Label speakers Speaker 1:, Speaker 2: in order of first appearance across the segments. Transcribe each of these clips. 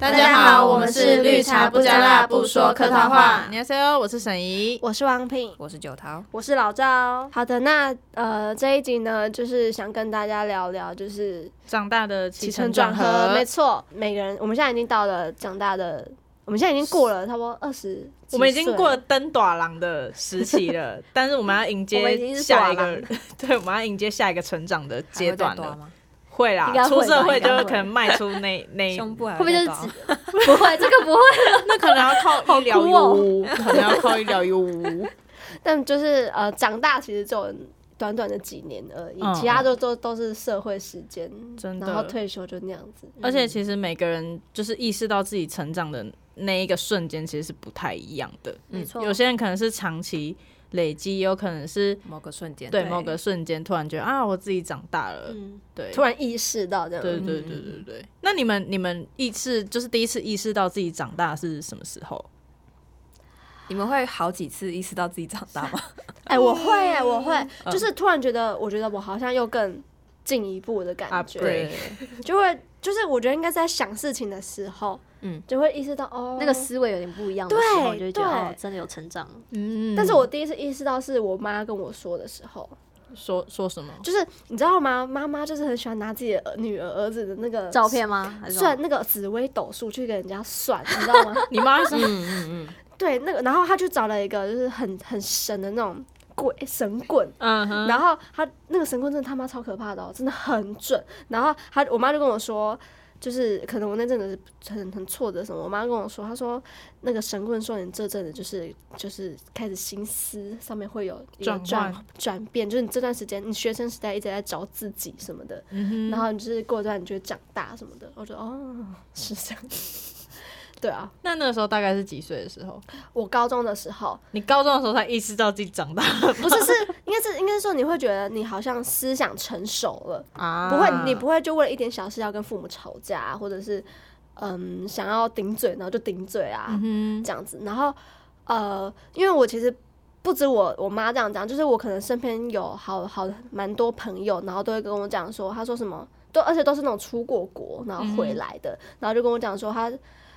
Speaker 1: 大家好，我们是绿茶不加辣，不说客套话。你好，E 我是沈怡。
Speaker 2: 我是王品，
Speaker 3: 我是九桃，
Speaker 2: 我是老赵。好的，那呃这一集呢，就是想跟大家聊聊，就是
Speaker 1: 长大的起
Speaker 2: 起
Speaker 1: 承
Speaker 2: 承
Speaker 1: 转
Speaker 2: 转合。
Speaker 1: 合
Speaker 2: 没，错，每个人我们现在已经到了长大的，我们现在已经过了差不多二十，
Speaker 1: 我们已经过了 登短廊的时期 了，但是我们要迎
Speaker 2: 我们
Speaker 1: 接
Speaker 2: 已经是
Speaker 1: 下一
Speaker 2: 短
Speaker 1: 个， 对，我们要迎接下一个成长的阶段
Speaker 3: 还会再多
Speaker 1: 了。
Speaker 3: 吗？
Speaker 1: 会
Speaker 2: 应该
Speaker 1: 啦，
Speaker 2: 会
Speaker 1: 出社
Speaker 2: 吧
Speaker 1: 会
Speaker 2: 应该
Speaker 1: 就
Speaker 2: 会
Speaker 1: 可能迈出那 那，
Speaker 3: 胸部还
Speaker 2: 会不会就是
Speaker 3: 再
Speaker 4: 啊
Speaker 3: 多
Speaker 2: 只不会这个不会，
Speaker 1: 那可能要靠医疗
Speaker 2: 哭哦
Speaker 1: 医务，可能要靠医疗医务。
Speaker 2: 但就是呃长大其实只有短短的几年而已，
Speaker 1: 嗯
Speaker 2: 其他都都都是社会时间，
Speaker 1: 真的嗯
Speaker 2: 然后退休就那样子。
Speaker 1: 而且其实每个人就是意识到自己成长的那一个瞬间，其实是不太一样的。
Speaker 3: 没
Speaker 2: 错
Speaker 1: 有些人可能是长期累积，也有可能是
Speaker 3: 某个瞬间，
Speaker 1: 对某个瞬间突然觉得啊，我自己长大了。
Speaker 2: 嗯，
Speaker 1: 对，
Speaker 2: 突然意识到这样，
Speaker 1: 对对对对对对。那你们你们意识就是第一次意识到自己长大是什么时候？
Speaker 3: 你们会好几次意识到自己长大吗？
Speaker 2: 哎、我会、哎，我会，就是突然觉得，我觉得我好像又更进一步的感觉
Speaker 1: Upgrade 对，
Speaker 2: 就会就是我觉得应该在想事情的时候，嗯
Speaker 3: 嗯，
Speaker 2: 就会意识到哦
Speaker 4: 那个思维有点不一样的时候，
Speaker 2: 对
Speaker 4: 你就会觉得
Speaker 2: 对
Speaker 4: 哦，真的有成长。
Speaker 1: 嗯
Speaker 2: 但是我第一次意识到是我妈跟我说的时候，
Speaker 1: 说说什么？
Speaker 2: 就是你知道吗？妈妈就是很喜欢拿自己的儿女儿、儿子的那个
Speaker 4: 照片吗？还是什么
Speaker 2: 算那个紫微斗数去给人家算，你知道吗？
Speaker 1: 你妈是
Speaker 3: 嗯嗯嗯，
Speaker 2: 对，那个然后他去找了一个就是很很神的那种鬼神棍，
Speaker 1: 嗯哼，
Speaker 2: 然后他那个神棍真的他妈超可怕的、哦，真的很准。然后他我妈就跟我说，就是可能我那阵子很很挫折什么，我妈跟我说，她说那个神棍说你这阵子就是就是开始心思上面会有一个
Speaker 1: 转
Speaker 2: 转
Speaker 1: 换
Speaker 2: 转变，就是你这段时间你学生时代一直在找自己什么的，然后你就是过一段你就会长大什么的。我说哦，是这样。对啊，
Speaker 1: 那那个时候大概是几岁的时候？
Speaker 2: 我高中的时候，
Speaker 1: 你高中的时候才意识到自己长大
Speaker 2: 不是是应该是应该是说你会觉得你好像思想成熟了。
Speaker 1: 啊
Speaker 2: 不会，你不会就为了一点小事要跟父母吵架、啊，或者是嗯想要顶嘴，然后就顶嘴啊、
Speaker 1: 嗯
Speaker 2: 这样子。然后呃，因为我其实不止我我妈这样讲，就是我可能身边有好好蛮多朋友，然后都会跟我讲说，他说什么都而且都是那种出过国然后
Speaker 1: 嗯
Speaker 2: 回来的，然后就跟我讲说他。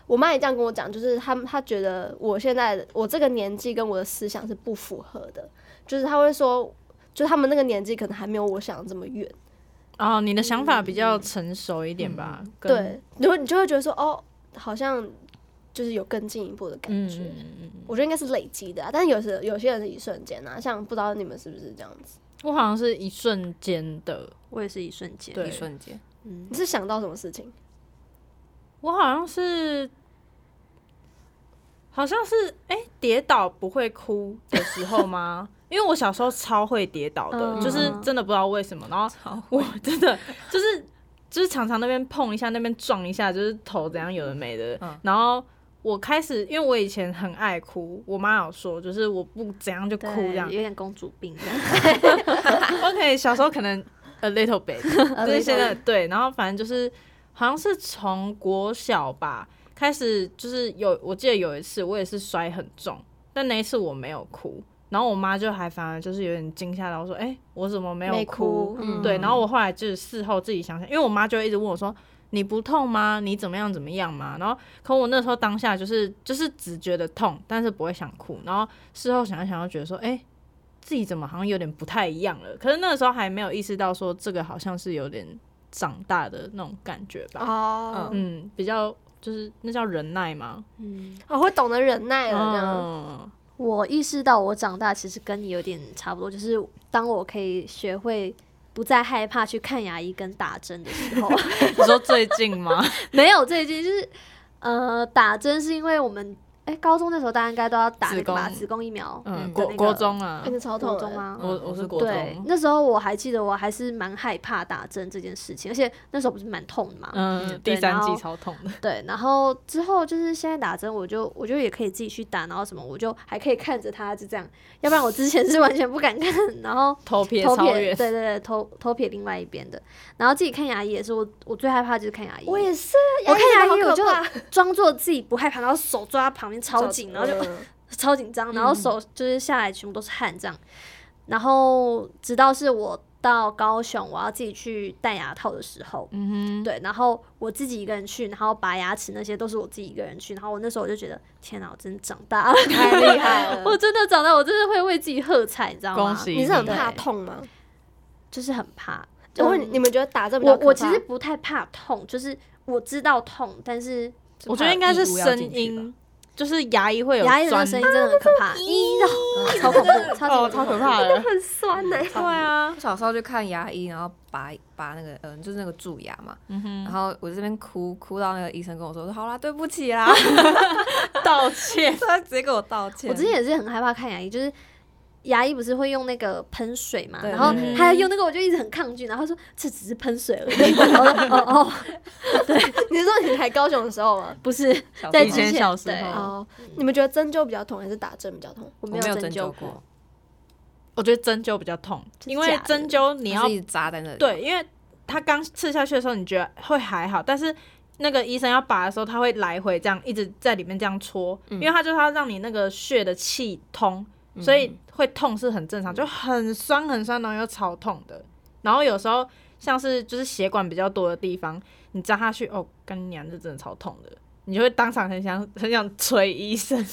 Speaker 2: 我妈也这样跟我讲，就是她她觉得我现在我这个年纪跟我的思想是不符合的，就是她会说，就他们那个年纪可能还没有我想的这么远，
Speaker 1: 哦，你的想法比较成熟一点吧？跟，
Speaker 2: 对，你会你就会觉得说，哦，好像就是有更进一步的感
Speaker 1: 嗯
Speaker 2: 觉。
Speaker 1: 嗯嗯嗯，
Speaker 2: 我觉得应该是累积的、啊，但是有时有些人是一瞬间啊，像不知道你们是不是这样子？
Speaker 1: 我好像是一瞬间的，
Speaker 4: 我也是一瞬间。
Speaker 1: 对
Speaker 3: 一瞬间，
Speaker 4: 嗯
Speaker 2: 你，是想到什么事情？
Speaker 1: 我好像是，好像是哎、诶跌倒不会哭的时候吗？因为我小时候超会跌倒的，
Speaker 2: 嗯
Speaker 1: 就是真的不知道为什么，然后我真的就是就是常常那边碰一下，那边撞一下，就是头怎样有的没的，
Speaker 3: 嗯
Speaker 1: 然后。我开始，因为我以前很爱哭，我妈有说，就是我不怎样就哭
Speaker 4: 对
Speaker 1: 这样
Speaker 4: 有。点公主病这样。
Speaker 1: OK，小时候可能 a little bit，对，现在对，然后反正就是好像是从国小吧开始，就是有我记得有一次我也是摔很重，但那一次我没有哭，然后我妈就还反而就是有点惊吓到，说：“哎、我怎么没有
Speaker 2: 没哭
Speaker 4: 嗯
Speaker 1: 对，然后我后来就是事后自己想想，因为我妈就会一直问我说：“你不痛吗？你怎么样怎么样吗？”然后，可我那时候当下就是就是只觉得痛，但是不会想哭。然后事后想一想，又觉得说：“哎、自己怎么好像有点不太一样了？”可是那个时候还没有意识到说这个好像是有点长大的那种感觉吧。
Speaker 2: 哦，
Speaker 1: 嗯，比较就是那叫忍耐嘛。
Speaker 4: 嗯，
Speaker 2: 我、哦会懂得忍耐了啊这样。
Speaker 1: 嗯，
Speaker 4: 我意识到我长大其实跟你有点差不多，就是当我可以学会不再害怕去看牙医跟打针的时候，
Speaker 1: 你说最近吗？
Speaker 4: 没有最近就是呃打针是因为我们哎、高中那时候大家应该都要打那个吧
Speaker 1: 子宫
Speaker 4: 子宫疫苗，
Speaker 1: 嗯，
Speaker 3: 嗯
Speaker 1: 国
Speaker 4: 那个
Speaker 1: 国中啊
Speaker 2: 那，个哎超痛
Speaker 4: 高
Speaker 2: 的
Speaker 4: 中吗？
Speaker 1: 我我是国
Speaker 4: 对
Speaker 1: 中，。
Speaker 4: 那时候我还记得，我还是蛮害怕打针这件事情，而且那时候不是蛮痛的嘛。
Speaker 1: 嗯，第
Speaker 4: 对
Speaker 1: 三
Speaker 4: 然
Speaker 1: 季
Speaker 4: 后
Speaker 1: 超痛的。
Speaker 4: 对，然后之后就是现在打针，我就我就也可以自己去打，然后什么我就还可以看着他就这样，要不然我之前是完全不敢看，然后
Speaker 1: 头撇
Speaker 4: 偷
Speaker 1: 超
Speaker 4: 撇，
Speaker 1: 远，
Speaker 4: 对对对，偷偷撇另外一边的，然后自己看牙医也是我我最害怕就是看牙医，
Speaker 2: 我也是，
Speaker 4: 我看牙
Speaker 2: 好
Speaker 4: 医我
Speaker 2: 可
Speaker 4: 就
Speaker 2: 怕
Speaker 4: 装作自己不害怕，然后手抓旁边超紧，然后就
Speaker 2: 嗯
Speaker 4: 超紧张，然后手就是下来全部都是汗这样。然后直到是我到高雄，我要自己去戴牙套的时候，
Speaker 1: 嗯哼，
Speaker 4: 对，然后我自己一个人去，然后拔牙齿那些都是我自己一个人去，然后我那时候我就觉得，天哪，我真的长大了，
Speaker 2: 太厉害
Speaker 4: 我
Speaker 2: 了！
Speaker 4: 真的长大，我真的会为自己喝彩，你知道吗？
Speaker 1: 恭喜
Speaker 2: 你是很怕
Speaker 4: 对
Speaker 2: 痛吗？
Speaker 4: 就是很怕。
Speaker 2: 我问你
Speaker 4: 嗯
Speaker 2: 你们觉得打针比较
Speaker 4: 我
Speaker 2: 可
Speaker 4: 我其
Speaker 2: 怕
Speaker 4: 实不太怕痛，就是我知道痛，但是
Speaker 1: 我觉得应该是声
Speaker 3: 义务要进去
Speaker 1: 音，就是牙医会有
Speaker 4: 牙医的那
Speaker 1: 钻
Speaker 4: 声音真的很可 怕，咦、嗯超恐怖，超级
Speaker 1: 哦，
Speaker 4: 恐
Speaker 1: 超
Speaker 4: 怖
Speaker 1: 可怕 的，
Speaker 2: 很酸欸呢、
Speaker 1: 对啊
Speaker 3: 我，小时候就看牙医，然后拔拔那个嗯、就是那个蛀牙嘛，
Speaker 1: 嗯
Speaker 3: 然
Speaker 1: 哼，
Speaker 3: 后我这边哭哭到那个医生跟我说，我说好啦，对不起啦，，
Speaker 1: 道歉
Speaker 3: 他直接给我道
Speaker 2: 啊
Speaker 3: 歉。
Speaker 4: 我之前也是很害怕看牙医，就是牙医不是会用那个喷水嘛，
Speaker 3: 对
Speaker 4: 然后
Speaker 1: 嗯
Speaker 4: 他用那个我就一直很抗拒，然后他说 这只是喷水而已。然后我说哦哦，
Speaker 2: 你是说你来高雄的时候吗？
Speaker 4: 不是，
Speaker 3: 小
Speaker 4: 在
Speaker 1: 以
Speaker 3: 时候
Speaker 1: 前小时
Speaker 4: 对
Speaker 1: 候，
Speaker 2: 哦，你们觉得针灸比较痛还是打针比较痛？
Speaker 4: 我
Speaker 3: 我
Speaker 4: 没
Speaker 3: 没有
Speaker 4: 针
Speaker 3: 灸
Speaker 4: 过，
Speaker 3: 过，
Speaker 1: 我觉得针灸比较痛，
Speaker 4: 真
Speaker 1: 因为
Speaker 4: 假的
Speaker 1: 针灸你
Speaker 3: 你
Speaker 1: 要
Speaker 3: 一直扎在那里。
Speaker 1: 对，因为它刚刺下去的时候，你觉得会还好，但是那个医生要拔的时候，他会来回这样一直在里面这样戳，因为他就是要让你那个血的气通，
Speaker 3: 嗯，
Speaker 1: 所以会痛是很正常，就很酸很酸，然后又超痛的。然后有时候像是就是血管比较多的地方，你扎下去，哦，干你娘，这真的超痛的，你就会当场很想很想捶医 生，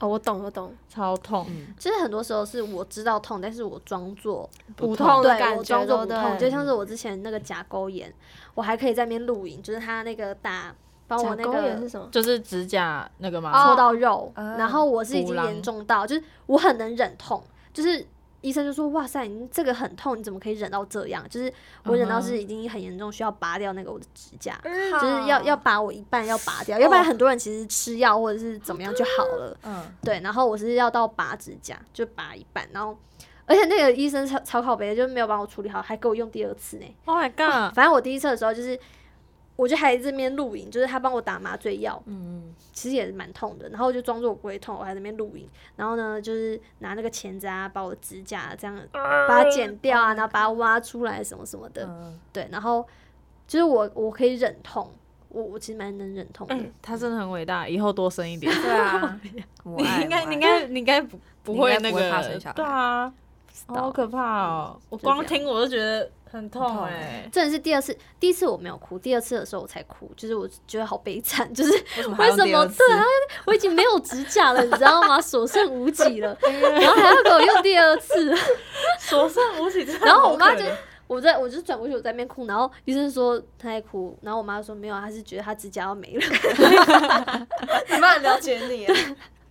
Speaker 2: 哦，我懂，我懂，
Speaker 1: 超痛。
Speaker 3: 嗯，
Speaker 4: 就是很多时候是我知道痛，但是我装作
Speaker 2: 无
Speaker 1: 痛
Speaker 2: 痛的
Speaker 4: 对
Speaker 2: 感
Speaker 4: 我
Speaker 2: 觉，
Speaker 4: 装
Speaker 2: 对
Speaker 4: 作
Speaker 2: 不
Speaker 4: 不
Speaker 2: 对
Speaker 4: 痛，就像是我之前那个甲沟炎，我还可以在那边录影，就是他那个打帮我那
Speaker 2: 甲沟炎是
Speaker 4: 个
Speaker 2: 什么？
Speaker 1: 就是指甲那个嘛，
Speaker 4: 戳到肉，
Speaker 3: 啊
Speaker 4: 然后我是已
Speaker 1: 虎
Speaker 4: 经
Speaker 1: 狼
Speaker 4: 严重到就是我很能忍痛，就是。医生就说：“哇塞，你这个很痛，你怎么可以忍到这样？就是我忍到
Speaker 1: 嗯
Speaker 4: 是已经很严重，需要拔掉那个我的指甲，
Speaker 3: 就
Speaker 4: 就是要要把我一半要拔掉，要不然很多人其实吃药或者是怎么样就好了。
Speaker 3: 嗯，
Speaker 4: 对，然后我是要到拔指甲，就拔一半，然后而且那个医生超超靠北，就没有帮我处理好，还给我用第二次呢。
Speaker 1: ，Oh my god，
Speaker 4: 反正我第一次的时候就是，我就还在那边录影，就是他帮我打麻醉药，
Speaker 3: 嗯，
Speaker 4: 其实也是蛮痛的。然后我就装作我不会痛，我还在那边录影。然后呢，就是拿那个钳子啊，把我指甲这样把它剪掉啊，然后把它挖出来什么什么的。
Speaker 3: 嗯
Speaker 4: 对，然后就是我我可以忍痛，我我其实蛮能忍痛的。
Speaker 3: 嗯
Speaker 1: 嗯他真的很伟大，以后多生一点。
Speaker 3: 对啊，我
Speaker 1: 你
Speaker 3: 爱
Speaker 1: 应该，你应，
Speaker 3: 我爱
Speaker 1: 该，你应该不不会
Speaker 3: 你
Speaker 1: 那
Speaker 3: 应该不会
Speaker 1: 个，
Speaker 3: 怕生小孩
Speaker 1: 对啊，好可怕哦！我
Speaker 4: 就这样
Speaker 1: 光听我都觉得很
Speaker 3: 很
Speaker 1: 痛
Speaker 3: 痛
Speaker 1: 哎、
Speaker 4: 真的是第二次，第一次我没有哭，第二次的时候我才哭，就是我觉得好悲惨， 就是
Speaker 3: 为什么
Speaker 4: 为
Speaker 3: 还用
Speaker 4: 什
Speaker 3: 第二
Speaker 4: 么
Speaker 3: 次
Speaker 4: 对啊？我已经没有指甲了，你知道吗？所剩无几 了，然后还要给我用第二次，
Speaker 1: 所剩无几。真的
Speaker 4: 然后我
Speaker 1: 好可
Speaker 4: 妈就
Speaker 1: 怜
Speaker 4: 我在我就转过去我在那边哭，然后医生说她在哭，然后我妈说没有啊，她是觉得她指甲要 没了，
Speaker 2: 你妈很了解你，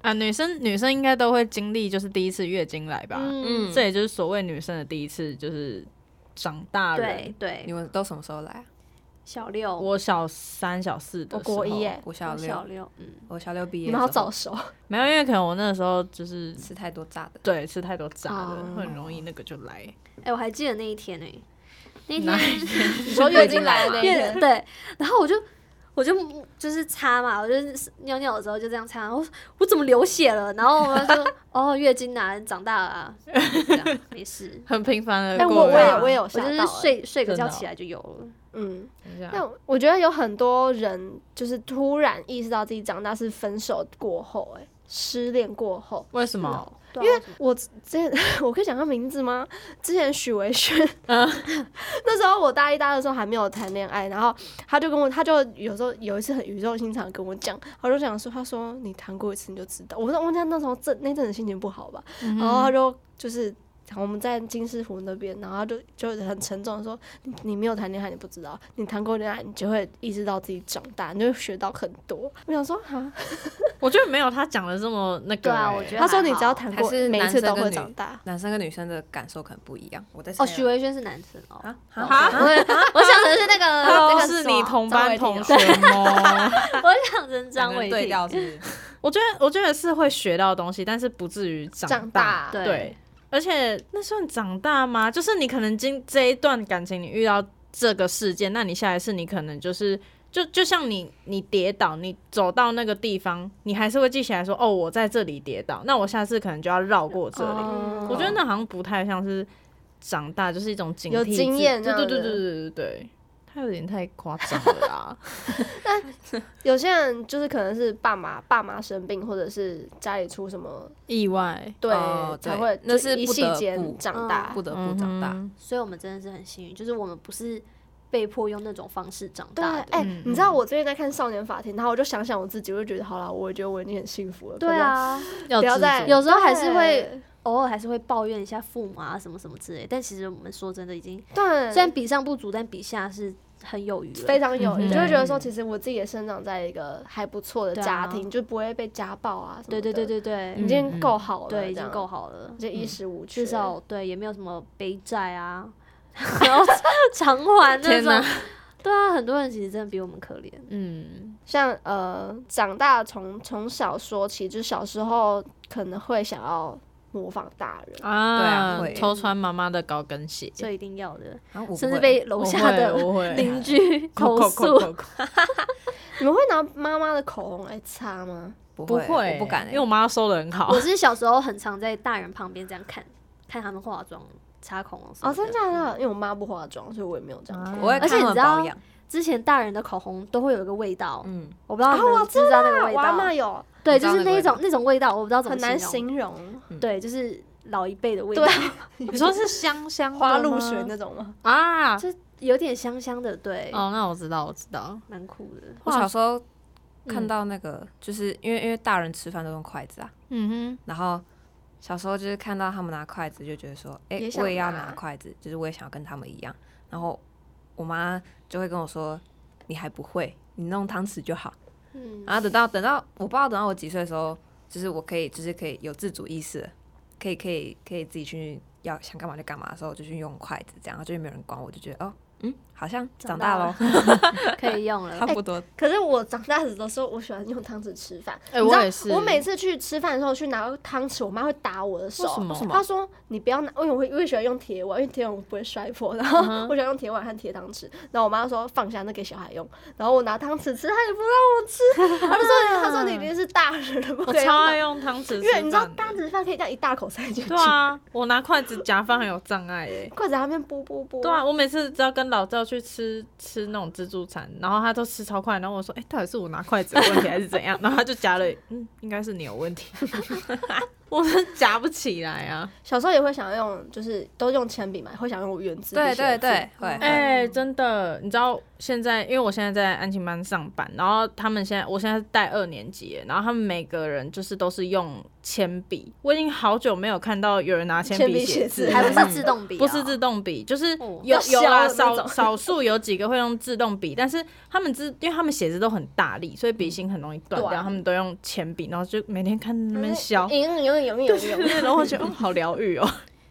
Speaker 1: 啊，女生女生应该都会经历，就是第一次月经来吧，
Speaker 4: 嗯，
Speaker 3: 嗯，
Speaker 1: 这也就是所谓女生的第一次，就是长大人
Speaker 4: 对。对
Speaker 3: 你，们都什么时候来啊？
Speaker 4: 小六，
Speaker 1: 我小三小四的
Speaker 2: 我
Speaker 1: 时候，
Speaker 2: 国一耶，
Speaker 3: 我小
Speaker 4: 我小
Speaker 3: 六，
Speaker 4: 六，嗯，
Speaker 3: 我小六毕业
Speaker 2: 你
Speaker 3: 的时
Speaker 2: 们
Speaker 3: 候，
Speaker 2: 好早 熟，
Speaker 1: 没有，因为可能我那时候就是
Speaker 3: 吃太多炸的，
Speaker 1: 对吃太多炸的，
Speaker 2: 哦
Speaker 1: 会很容易那个就来。
Speaker 4: 哎、我还记得那一天呢、那一
Speaker 1: 哪
Speaker 4: 天
Speaker 2: 你说月经来的那一
Speaker 4: 变
Speaker 2: 天，
Speaker 4: 对，然后我就我就就是擦嘛，我就是尿尿的时候就这样擦，然后我怎么流血了？然后我妈 说哦，月经来、长大了、啊，这样没事。
Speaker 1: 很频繁的
Speaker 2: 但
Speaker 1: 过
Speaker 2: 我
Speaker 1: 来。
Speaker 2: 我也我也有
Speaker 4: 我
Speaker 2: 吓
Speaker 4: 就
Speaker 2: 到
Speaker 4: 是
Speaker 2: 欸，
Speaker 4: 睡睡个
Speaker 1: 真
Speaker 4: 觉
Speaker 1: 的哦
Speaker 4: 起来就有了，
Speaker 2: 嗯，
Speaker 1: 等一下
Speaker 2: 但我觉得有很多人就是突然意识到自己长大是分手过后、哎，失恋过后，
Speaker 1: 为什么？
Speaker 4: 因
Speaker 2: 因为我之前我可以讲他名字吗？之前许维轩， 那时候我大一、大二的时候还没有谈恋爱，然后他就跟我，他就有时候有一次很语重心长地跟我讲，我就想说，他说你谈过一次你就知道，我说我那那时候这那阵子心情不好吧，然后他就就是。我们在金丝湖那边，然后他就就很沉重的说：“你你没有谈恋爱，你不知道；你谈过恋爱，你就会意识到自己长大，你就会学到很多。”我想说，哈，
Speaker 1: 我觉得没有他讲的这么那个
Speaker 4: 对
Speaker 1: 欸、
Speaker 4: 啊我觉得
Speaker 2: 他说你
Speaker 4: 还好
Speaker 2: 只要谈
Speaker 3: 还
Speaker 2: 过，
Speaker 3: 是
Speaker 2: 每一
Speaker 3: 男
Speaker 2: 次
Speaker 3: 生
Speaker 2: 都
Speaker 3: 跟
Speaker 2: 会
Speaker 3: 女
Speaker 2: 长大。
Speaker 3: 男生跟女生的感受可能不一样。我在
Speaker 4: 哦，
Speaker 3: 猜啊
Speaker 4: 许维轩是男生哦，
Speaker 3: 啊
Speaker 4: 哦
Speaker 3: 啊，
Speaker 4: 我我想成是那个那
Speaker 1: 都
Speaker 4: 个
Speaker 1: 是
Speaker 4: 什么
Speaker 1: 你同班同学
Speaker 4: 张伟 婷
Speaker 1: 吗？
Speaker 4: 哦，我想成
Speaker 3: 两
Speaker 4: 张
Speaker 3: 个人
Speaker 4: 伟
Speaker 3: 对
Speaker 4: 霆，
Speaker 3: 调是不是
Speaker 1: 我觉得，我觉得是会学到东西，但是不至于长
Speaker 2: 长大
Speaker 4: 对
Speaker 1: 对，而且那算长大吗？就是你可能经这一段感情，你遇到这个事件，那你下一次你可能就是。就就像你你跌倒，你走到那个地方，你还是会记起来说，哦，我在这里跌倒，那我下次可能就要绕过这里。
Speaker 2: 哦
Speaker 1: 我觉
Speaker 4: 嗯
Speaker 1: 得那好像不太像是长大，就是一种警惕
Speaker 2: 有
Speaker 1: 自己
Speaker 2: 经验那
Speaker 1: 对
Speaker 2: 样
Speaker 1: 对
Speaker 2: 的
Speaker 1: 对对对对对。他有点太夸张了啦。
Speaker 2: 有些人就是可能是爸妈爸妈生病，或者是家里出什么，
Speaker 1: 意外，
Speaker 2: 对，
Speaker 3: 哦对
Speaker 2: 才会
Speaker 3: 那是
Speaker 2: 一
Speaker 3: 不
Speaker 2: 夕
Speaker 3: 得不嗯
Speaker 2: 间长大。
Speaker 3: 不得不长大。
Speaker 1: 嗯
Speaker 4: 所以我们真的是很幸运，就是我们不是被迫用那种方式长
Speaker 2: 对，
Speaker 4: 大的。
Speaker 2: 哎、
Speaker 1: 嗯
Speaker 2: 你知道我最近在看《少年法庭》，然后我就想想我自己，我就觉得好了，我觉得我已经很幸福了。
Speaker 4: 对啊，
Speaker 1: 哼，要
Speaker 2: 不要
Speaker 1: 知
Speaker 2: 再
Speaker 1: 足
Speaker 4: 有时候还是
Speaker 2: 对
Speaker 4: 会偶尔还是会抱怨一下父母啊什么什么之类，但其实我们说真的，已经
Speaker 2: 对，
Speaker 4: 虽然嗯比上不足，但比下是很有余了。
Speaker 2: 非常有，
Speaker 1: 嗯哼
Speaker 2: 你就会觉得说，其实我自己也生长在一个还不错的
Speaker 4: 对啊
Speaker 2: 家庭，就不会被家暴啊什么
Speaker 4: 对
Speaker 2: 的。
Speaker 4: 对对对对，
Speaker 2: 已
Speaker 1: 嗯
Speaker 2: 经够好了，
Speaker 4: 对，已
Speaker 2: 这
Speaker 4: 经
Speaker 2: 样
Speaker 4: 够，好了， 嗯
Speaker 2: 就衣食无缺。
Speaker 4: 至少对也没有什么背债啊， 然后偿还那
Speaker 1: 天哪
Speaker 4: 种。对啊，很多人其实真的比我们可怜。
Speaker 1: 嗯，
Speaker 2: 像呃，长大从从小说起，就小时候可能会想要模仿大人，
Speaker 1: 啊，
Speaker 3: 对啊会
Speaker 1: 偷穿妈妈的高跟鞋，
Speaker 4: 这一定要的，
Speaker 3: 然后我
Speaker 4: 甚至
Speaker 3: 不会
Speaker 4: 被楼
Speaker 1: 我
Speaker 4: 下
Speaker 1: 会
Speaker 4: 的
Speaker 1: 我会
Speaker 4: 邻 居
Speaker 1: 扣扣
Speaker 4: 投
Speaker 1: 扣
Speaker 4: 诉。
Speaker 1: 扣扣
Speaker 2: 你们会拿妈妈的口红来擦吗？
Speaker 3: 不
Speaker 1: 不
Speaker 3: 会，
Speaker 1: 会，
Speaker 3: 我不敢欸，
Speaker 1: 因为我妈收的很好
Speaker 4: 我。是小时候很常在大人旁边这样看，看他们化妆、擦口红什么
Speaker 2: 哦，真的假的？因为我妈不化妆，所以我也没有这样。
Speaker 1: 啊
Speaker 3: 我会
Speaker 4: 而且
Speaker 3: 看
Speaker 4: 你
Speaker 3: 他们
Speaker 4: 知道
Speaker 3: 保养，
Speaker 4: 之前大人的口红都会有一个味道，
Speaker 3: 嗯，
Speaker 4: 我不知道你
Speaker 2: 啊我
Speaker 4: 们知不知道那个味
Speaker 2: 我阿妈
Speaker 4: 道。
Speaker 2: 有，
Speaker 4: 对，
Speaker 3: 我知
Speaker 4: 就
Speaker 3: 道
Speaker 4: 是
Speaker 3: 那个
Speaker 4: 那一
Speaker 3: 味道
Speaker 4: 种那种味道，我不知道怎么
Speaker 2: 很难
Speaker 4: 形容。
Speaker 2: 形容，
Speaker 4: 对，就是老一辈的味道
Speaker 2: 对，
Speaker 1: 你说是香香的
Speaker 2: 花露
Speaker 1: 吗
Speaker 2: 水那种吗？
Speaker 1: 啊？
Speaker 4: 就有点香香的，对，
Speaker 1: 哦，那我知道，我知道。
Speaker 4: 蛮酷的。
Speaker 3: 我
Speaker 1: 哇
Speaker 3: 小时候看
Speaker 1: 嗯
Speaker 3: 到那个，就是因为因为大人吃饭都用筷子啊，
Speaker 1: 嗯
Speaker 3: 然后小时候就是看到他们拿筷子，就觉得说，哎、
Speaker 2: 也想
Speaker 3: 我也要
Speaker 2: 拿
Speaker 3: 拿筷子，就是我也想要跟他们一样。然后我妈就会跟我说，你还不会，你弄汤匙就好。
Speaker 4: 嗯，
Speaker 3: 然后等到等到我不知道等到我几岁的时候，就是我可以就是可以有自主意识了，可以可以可以自己去要想干嘛就干嘛的时候，我就去用筷子，这样就没有人管我，就觉得哦，嗯，好像
Speaker 4: 长
Speaker 3: 长
Speaker 4: 大了
Speaker 3: 大喽，
Speaker 4: 可以用
Speaker 3: 差
Speaker 4: 了。
Speaker 3: 不多。
Speaker 2: 可是我长大的时候，我喜欢用汤匙吃饭。
Speaker 1: 哎
Speaker 2: 你知
Speaker 1: 我
Speaker 2: 道
Speaker 1: 也是
Speaker 2: 我每次去吃饭的时候去拿汤匙，我妈会打我的手。
Speaker 1: 为什么为什么
Speaker 2: 她说你不要拿，因为我会我也喜欢用铁碗，因为铁碗不会摔破。然
Speaker 1: 嗯
Speaker 2: 后我喜欢用铁碗和铁汤匙。然后我妈说放下，那给小孩用。然后我拿汤匙吃，她也不让我吃。她就说她说你已经是大人了，不
Speaker 1: 我
Speaker 2: 可以
Speaker 1: 超爱
Speaker 2: 用
Speaker 1: 用汤匙
Speaker 2: 拿。
Speaker 1: 吃
Speaker 2: 啊因为
Speaker 1: 饭，
Speaker 2: 你知道汤匙饭可以这样一大口塞进去
Speaker 1: 对，啊，我拿筷子夹饭很有障碍欸耶。
Speaker 2: 筷子还在那边拨拨拨。
Speaker 1: 对啊，我每次只要跟老赵去吃吃那种自助餐，然后他都吃超快，然后我说，哎、到底是我拿筷子的问题还是怎样？ 然后他就夹了，嗯，应该是你有问 题，我是夹不起来啊。
Speaker 2: 小时候也会想要用，就是都用铅笔嘛，会想用圆珠笔
Speaker 3: 对
Speaker 2: 写字。
Speaker 3: 对对，会。会
Speaker 1: 哎、真的，你知道现在，因为我现在在安亲班上班，然后他们现在，我现在是带二年级耶，然后他们每个人就是都是用铅笔，我已经好久没有看到有人拿铅
Speaker 2: 铅笔
Speaker 1: 笔
Speaker 2: 写
Speaker 1: 写
Speaker 2: 字
Speaker 1: 字，
Speaker 4: 还不是自动笔啊，
Speaker 1: 不是自动笔，就是
Speaker 4: 哦
Speaker 1: 有
Speaker 2: 要削
Speaker 1: 有啦，
Speaker 2: 的那
Speaker 1: 少
Speaker 2: 种
Speaker 1: 少数有几个会用自动笔，但是他们自因为他们写字都很大力，所以笔芯很容易断
Speaker 2: 断
Speaker 1: 掉，他们都用铅笔，然后就每天看那边削
Speaker 2: 嗯，，赢赢赢赢赢。
Speaker 1: 然后 我觉得哦，好疗愈哦，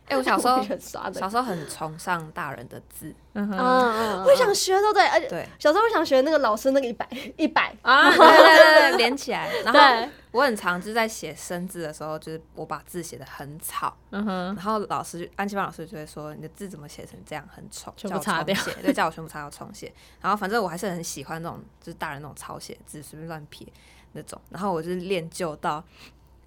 Speaker 3: 哎、我小时候
Speaker 2: 很傻的
Speaker 3: 小时候很崇尚大人的字，
Speaker 1: 嗯
Speaker 4: 嗯，
Speaker 1: 哼
Speaker 4: 嗯嗯，嗯
Speaker 2: 会想学，对不对？而 且
Speaker 3: 对
Speaker 2: 小时候会想学那个老师那个一百一百，
Speaker 1: 啊，
Speaker 3: 对对对，连起来。然
Speaker 4: 对
Speaker 3: 后我很常就是在写生字的时候，就是我把字写的很草，
Speaker 1: 嗯哼，
Speaker 3: 然后老师安琪班老师就会说你的字怎么写成这样，很丑，
Speaker 1: 全
Speaker 3: 叫
Speaker 1: 部
Speaker 3: 我
Speaker 1: 擦
Speaker 3: 重
Speaker 1: 掉
Speaker 3: 写，对，叫我全部擦掉重写。然后反正我还是很喜欢那种就是大人那种草写字，随便乱撇那种。然后我就是练就到。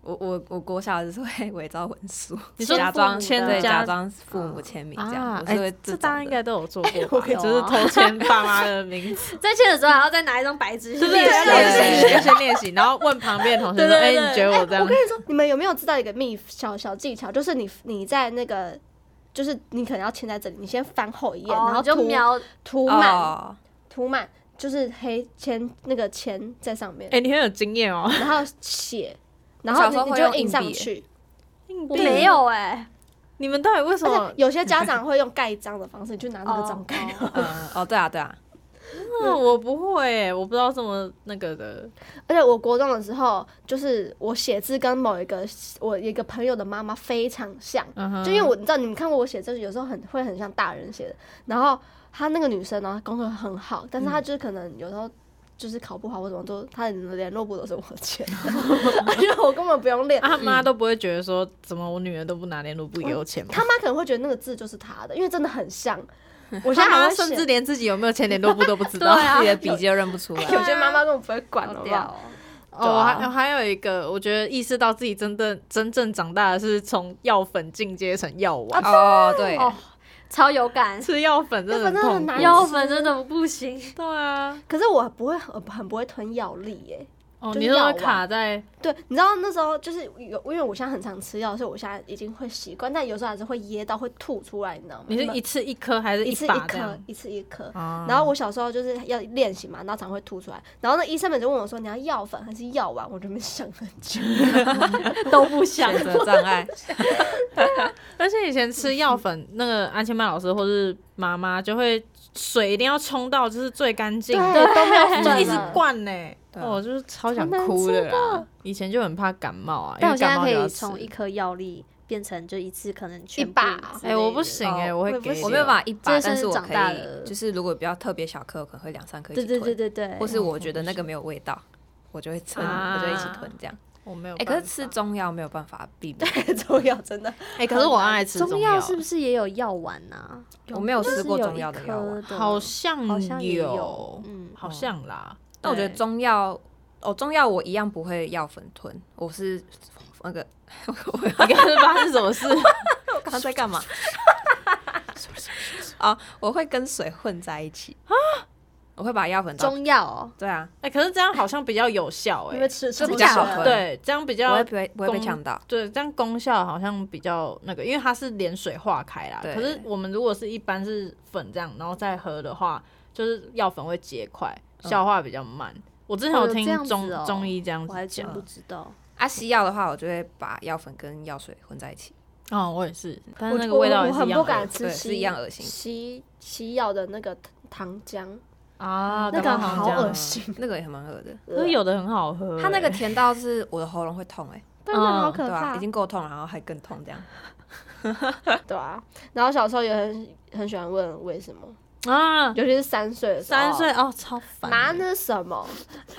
Speaker 3: 我我我国小就是会伪造文书，
Speaker 1: 你说
Speaker 3: 假装
Speaker 1: 父母的
Speaker 3: 对
Speaker 1: 家
Speaker 3: 假装父母签名这样，
Speaker 1: 啊，
Speaker 3: 我
Speaker 1: 哎、
Speaker 3: 是会
Speaker 1: 这
Speaker 3: 种
Speaker 1: 大家
Speaker 3: 的哦
Speaker 1: 应该都有做过
Speaker 2: 我
Speaker 1: 吧，
Speaker 2: 可以
Speaker 1: 就是
Speaker 4: 做啊
Speaker 1: 偷签爸妈的名字，
Speaker 4: 在签的时候还要再拿一张白纸去
Speaker 1: 就是
Speaker 4: 练习
Speaker 1: 练习，先练习，然后问旁边的同学说，哎、
Speaker 4: 对对对
Speaker 1: 你觉得我这样
Speaker 2: 我跟你说，你们有没有知道一个秘小小技巧？就是你你在那个，就是你可能要签在这里，你先翻后一页，
Speaker 4: 哦
Speaker 2: 然后
Speaker 4: 就
Speaker 2: 涂
Speaker 4: 瞄
Speaker 2: 涂满
Speaker 3: 哦，
Speaker 2: 涂满，就是黑签那个签在上面
Speaker 1: 哎、，你很有经验哦，
Speaker 2: 然后写，然
Speaker 3: 小
Speaker 2: 后
Speaker 3: 时候
Speaker 2: 你你
Speaker 3: 会
Speaker 2: 就
Speaker 3: 用
Speaker 2: 印
Speaker 3: 硬
Speaker 2: 上
Speaker 3: 币
Speaker 2: 去。
Speaker 4: 我没有哎，
Speaker 1: 你们到底为什
Speaker 2: 而且
Speaker 1: 么？
Speaker 2: 有些家长会用盖章的方式，你就拿那个章
Speaker 4: 哦，
Speaker 2: 盖。
Speaker 4: 哦
Speaker 3: 嗯哦，对啊对啊，
Speaker 1: 嗯， 我不会、我不知道这么那个的。
Speaker 2: 而且我国中的时候，就是我写字跟某一个我一个朋友的妈妈非常像，
Speaker 1: 嗯哼
Speaker 2: 就因为我你知道你们看过我写字，有时候很会很像大人写的。然后她那个女生呢，功课很好，但是她就是可能有时候就是考不好或怎么，都她的联络簿都是我签的，因为我根本不用练。
Speaker 1: 啊，他妈都不会觉得说，怎么我女儿都不拿联络簿给我钱吗？
Speaker 2: 她妈可能会觉得那个字就是她的，因为真的很像。我现
Speaker 1: 他
Speaker 2: 在还
Speaker 1: 妈
Speaker 2: 会
Speaker 1: 甚至
Speaker 2: 写，
Speaker 1: 连自己有没有签联络簿都不知 道。
Speaker 4: 对 啊
Speaker 3: 自己的笔记都认不出来，
Speaker 2: 有些妈妈根本不会管，
Speaker 4: 好
Speaker 2: 好不
Speaker 4: 屌
Speaker 2: 好？
Speaker 4: 哦，
Speaker 1: 哦，我还我还有一个，我觉得意识到自
Speaker 2: 啊
Speaker 1: 己真的真正长大的是从药粉进阶成药丸。
Speaker 3: 哦对，
Speaker 4: 哦超有感，
Speaker 1: 吃药粉真的
Speaker 2: 药粉真的
Speaker 1: 痛
Speaker 2: 很
Speaker 1: 苦
Speaker 2: 难
Speaker 4: 药粉真的不行，
Speaker 1: 对啊，
Speaker 2: 可是我不会很很不会吞药力耶、
Speaker 1: 哦，
Speaker 2: 就是
Speaker 1: 你说
Speaker 2: 药
Speaker 1: 会
Speaker 2: 丸嗯
Speaker 1: 卡在
Speaker 2: 对，你知道那时候就是有，因为我现在很常吃药，所以我现在已经会习惯，但有时候还是会噎到，会吐出来，你知道吗？
Speaker 1: 你是
Speaker 2: 那么
Speaker 1: 一次一颗还是
Speaker 2: 一次
Speaker 1: 把这
Speaker 2: 颗
Speaker 1: 样？，
Speaker 2: 一次一颗。
Speaker 3: 哦
Speaker 1: 啊
Speaker 2: 然后我小时候就是要练习嘛，然后常会吐出来。然后那医生们就问我说：“你要药粉还是药丸？”我这边想 很久，
Speaker 4: 都不想
Speaker 3: 选。择障碍，
Speaker 1: 而且以前吃药粉，那个安亲班老师或是妈妈就会水一定要冲到就是最干净，
Speaker 2: 对，都没有
Speaker 1: 就
Speaker 2: 粉
Speaker 1: 一直
Speaker 2: 了
Speaker 1: 灌呢。
Speaker 3: 对啊
Speaker 1: 哦，就是超想哭的啦。以前就很怕感冒啊，因
Speaker 4: 但我
Speaker 1: 为
Speaker 4: 现
Speaker 1: 感冒
Speaker 4: 在可
Speaker 1: 就要
Speaker 4: 以
Speaker 1: 吃
Speaker 4: 从一颗药粒变成就一次可能全部
Speaker 2: 把
Speaker 4: 之
Speaker 1: 哎、
Speaker 4: 类的
Speaker 1: 我不行哎、
Speaker 3: 哦
Speaker 1: 我
Speaker 2: 我
Speaker 1: 会
Speaker 2: 也
Speaker 1: 给
Speaker 2: 不
Speaker 1: 你
Speaker 3: 我没有办法一把，
Speaker 4: 这
Speaker 3: 但
Speaker 4: 是
Speaker 3: 是我
Speaker 4: 长
Speaker 3: 可
Speaker 4: 大
Speaker 3: 以
Speaker 4: 了
Speaker 3: 就是如果比较特别小颗，我可能会两三颗一
Speaker 4: 对
Speaker 3: 起
Speaker 4: 对
Speaker 3: 吞，
Speaker 4: 对对对，
Speaker 3: 或是我觉得那个没有味道，我就会吞，
Speaker 1: 啊
Speaker 3: 我就一起吞这样。
Speaker 1: 我没有
Speaker 3: 哎、
Speaker 1: 办法。
Speaker 3: 可是吃中药没有办法避免，
Speaker 2: 中药真的
Speaker 1: 哎、可是我爱吃
Speaker 4: 中
Speaker 1: 药，
Speaker 4: 药是不是也有药丸呐？
Speaker 3: 我没有
Speaker 4: 就
Speaker 3: 吃
Speaker 4: 是
Speaker 3: 过
Speaker 4: 有
Speaker 3: 中
Speaker 4: 一
Speaker 3: 药的药
Speaker 4: 颗
Speaker 3: 丸。
Speaker 4: 的
Speaker 1: 好像
Speaker 4: 好像也
Speaker 1: 有
Speaker 4: 有，嗯
Speaker 1: 好像啦。
Speaker 3: 那我觉得
Speaker 4: 对
Speaker 3: 中药，哦，中药我一样不会药粉吞，我是那个，我
Speaker 1: 你刚才发生什么事？
Speaker 3: 我刚刚在干嘛？ 啊，我会跟水混在一起啊，我会把药粉倒
Speaker 4: 中药哦，
Speaker 3: 对啊，
Speaker 1: 哎、可是这样好像比较有效哎、
Speaker 2: 因为吃吃
Speaker 3: 就比
Speaker 2: 不
Speaker 3: 较
Speaker 2: 下
Speaker 3: 少
Speaker 2: 了
Speaker 3: 喝
Speaker 1: 对，这样比
Speaker 3: 不会
Speaker 1: 较
Speaker 3: 不会不会被
Speaker 1: 功
Speaker 3: 呛到。
Speaker 1: 对，这样功效好像比较那个，因为它是连水化开啦。
Speaker 3: 对
Speaker 1: 可是我们如果是一般是粉这样，然后再喝的话，就是药粉会结块，
Speaker 3: 嗯
Speaker 1: 消化比较慢。我之前
Speaker 4: 哦有
Speaker 1: 听
Speaker 4: 这样子
Speaker 1: 中、
Speaker 4: 哦
Speaker 1: 中医这样
Speaker 4: 我
Speaker 1: 子
Speaker 4: 还真
Speaker 1: 讲，
Speaker 4: 不知道。
Speaker 3: 啊，西药的话，我就会把药粉跟药水混在一起，
Speaker 1: 哦，我也是，但
Speaker 2: 我
Speaker 1: 是那个味道
Speaker 2: 我
Speaker 1: 也
Speaker 2: 我
Speaker 1: 是一
Speaker 2: 很
Speaker 1: 样
Speaker 2: 不
Speaker 1: 的
Speaker 2: 敢
Speaker 3: 对
Speaker 2: 吃
Speaker 3: 是
Speaker 2: 西
Speaker 3: 一样恶心
Speaker 2: 西西药的那个糖浆，
Speaker 1: 啊，
Speaker 2: 那
Speaker 1: 干
Speaker 2: 个
Speaker 1: 嘛
Speaker 2: 好
Speaker 1: 这样
Speaker 2: 恶心，
Speaker 3: 嗯那个也蛮恶的。
Speaker 2: 呃
Speaker 1: 可是有的很好喝欸，
Speaker 3: 它那个甜到是我的喉咙会痛哎、
Speaker 2: 但是好
Speaker 1: 嗯
Speaker 2: 可
Speaker 3: 对啊，
Speaker 2: 怕
Speaker 3: 已，经够痛了，然后还更痛这样。
Speaker 2: 对啊。然后小时候也很很喜欢问为什么，
Speaker 1: 啊，
Speaker 2: 尤其是三岁的时候，
Speaker 1: 三岁哦，超烦欸，
Speaker 2: 妈那是什么？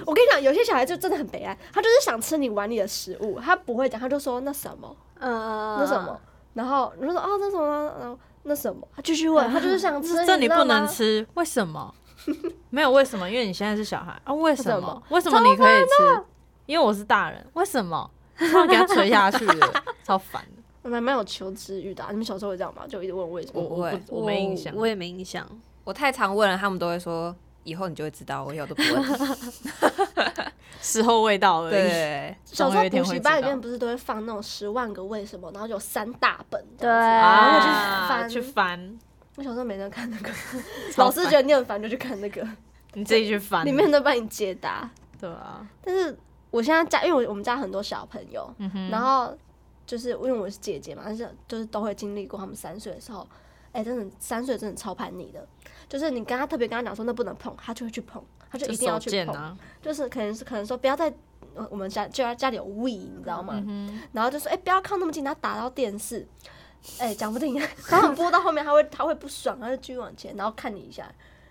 Speaker 2: 我跟你讲，有些小孩就真的很悲哀，他就是想吃你碗里的食物，他不会讲，他就说那什么，
Speaker 1: 嗯
Speaker 4: 呃，
Speaker 2: 那什 么，然后你就说哦那什么，然后那什么，他继续
Speaker 4: 啊
Speaker 1: 嗯
Speaker 2: 问，他就是想吃，
Speaker 1: 这你
Speaker 2: 知道
Speaker 1: 不
Speaker 2: 吗
Speaker 1: 能吃，为什么？ 没有为什么，因为你现在是小孩啊。为什
Speaker 2: 什
Speaker 1: 么
Speaker 2: 么？
Speaker 1: 为什么你可以吃？因为我是大人，为什么？突然给他捶下去了，超烦的。
Speaker 2: 蛮蛮有求知欲的啊、你们小时候会这样吗？就一直问为什
Speaker 1: 我
Speaker 2: 么？
Speaker 3: 不会
Speaker 1: 我我没印象。
Speaker 4: 我也没印象。
Speaker 3: 我太常问了，他们都会说以后你就会知道，我以后都不问。
Speaker 1: 时候未到而已。
Speaker 3: 对，
Speaker 2: 小
Speaker 1: 总
Speaker 2: 时
Speaker 1: 有
Speaker 2: 候
Speaker 1: 一天
Speaker 2: 补
Speaker 1: 会
Speaker 2: 习
Speaker 1: 知
Speaker 2: 班里
Speaker 1: 道
Speaker 2: 面不是都会放那种十万个为什么，然后有三大本这
Speaker 4: 对
Speaker 2: 样子，然后我就
Speaker 1: 啊，
Speaker 2: 翻
Speaker 1: 去翻，
Speaker 2: 我小时候没人看那个，
Speaker 1: 超
Speaker 2: 老师
Speaker 1: 烦
Speaker 2: 觉得你很烦就去看那个，
Speaker 1: 你自己去翻。
Speaker 2: 里面都帮你解答。
Speaker 1: 对啊，
Speaker 2: 但是我现在家，因为我我们家很多小朋友，
Speaker 1: 嗯
Speaker 2: 然后就是因为我是姐姐嘛，但是就是都会经历过他们三岁的时候，哎、真的三岁真的超叛逆的，就是你跟他特别跟他讲说那不能碰，他就会去碰，他就
Speaker 1: 就
Speaker 2: 一定要
Speaker 1: 手
Speaker 2: 去
Speaker 1: 贱
Speaker 2: 碰，
Speaker 1: 啊。
Speaker 2: 就是可能是可能说不要在呃我们家就要家里有 we 你知道吗？
Speaker 1: 嗯
Speaker 2: 然后就说哎、不要靠那么近，他打到电视。哎、讲不定， 然后播到后面，他会他会不爽，他就继续往前，然后看你一下，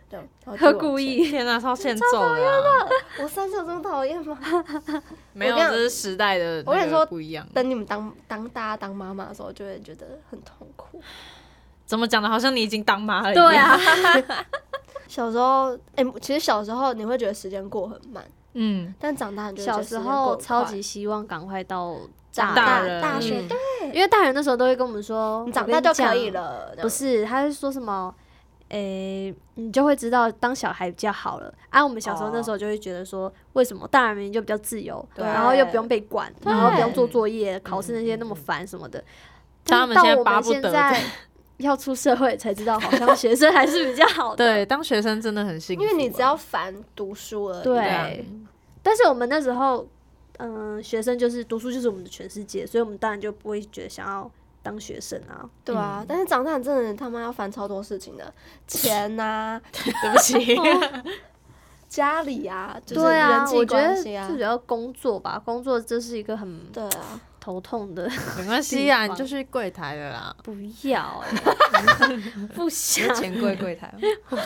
Speaker 2: 对， 然后继续
Speaker 4: 他
Speaker 2: 往
Speaker 4: 故
Speaker 2: 前。
Speaker 4: 意
Speaker 1: 哼，天哪，超欠揍的啊。
Speaker 2: 我三岁有这么讨厌吗？
Speaker 1: 没有，
Speaker 2: 我跟
Speaker 1: 这
Speaker 2: 你
Speaker 1: 是时代的，
Speaker 2: 我跟你说
Speaker 1: 不一样。
Speaker 2: 等你们当当大家当妈妈的时候，就会觉得很痛苦。
Speaker 1: 怎么讲的？好像你已经当妈了一样。
Speaker 4: 对啊，
Speaker 2: 小时候，哎、其实小时候你会觉得时间过很慢，
Speaker 1: 嗯，
Speaker 2: 但长大你就会觉
Speaker 4: 小
Speaker 2: 得
Speaker 4: 时
Speaker 2: 间过
Speaker 4: 候
Speaker 2: 很快
Speaker 4: 超级希望赶快到
Speaker 2: 长
Speaker 1: 大
Speaker 2: 大
Speaker 1: 人
Speaker 2: 大
Speaker 1: 嗯
Speaker 2: 学，对
Speaker 4: 因为大人那时候都会跟我们说，
Speaker 2: 你
Speaker 4: 我
Speaker 2: 长
Speaker 4: 跟
Speaker 2: 大
Speaker 4: 你
Speaker 2: 就可
Speaker 4: 讲
Speaker 2: 以。了，
Speaker 4: 不是，他是说什么？诶、你就会知道当小孩比较好了。啊，我们小时候
Speaker 2: 哦
Speaker 4: 那时候就会觉得说，为什么大人明明就比较自由，
Speaker 3: 对
Speaker 4: 然后又不用被管，
Speaker 2: 对嗯
Speaker 4: 然后不用做作业、考试那些那么烦什么的。但
Speaker 1: 他
Speaker 4: 是
Speaker 1: 们
Speaker 4: 到
Speaker 1: 现在
Speaker 4: 我
Speaker 1: 巴
Speaker 4: 们
Speaker 1: 不
Speaker 4: 现
Speaker 1: 得
Speaker 4: 在要出社会才知道，好像学生还是比较好的。
Speaker 1: 对，当学生真的很幸
Speaker 2: 这
Speaker 1: 福啊。
Speaker 2: 样，因为你只要烦读书而已。
Speaker 4: 对
Speaker 1: 啊
Speaker 4: 但是我们那时候，嗯、学生就是读书就是我们的全世界，所以我们当然就不会觉得想要当学生啊。
Speaker 2: 对啊，但是长大你真的他妈要烦超多事情 的，钱呐、
Speaker 1: 对不起，
Speaker 2: 家里啊，就是
Speaker 4: 对
Speaker 2: 人
Speaker 4: 啊，我
Speaker 2: 际
Speaker 4: 觉得
Speaker 2: 关系啊
Speaker 4: 最主，要工作吧，工作这是一个很
Speaker 2: 对啊，
Speaker 4: 头痛的。
Speaker 1: 没关系啊，
Speaker 4: 地
Speaker 1: 你
Speaker 4: 方
Speaker 1: 就去柜台了啦。
Speaker 4: 不要、欸， 不想。
Speaker 3: 钱柜柜台，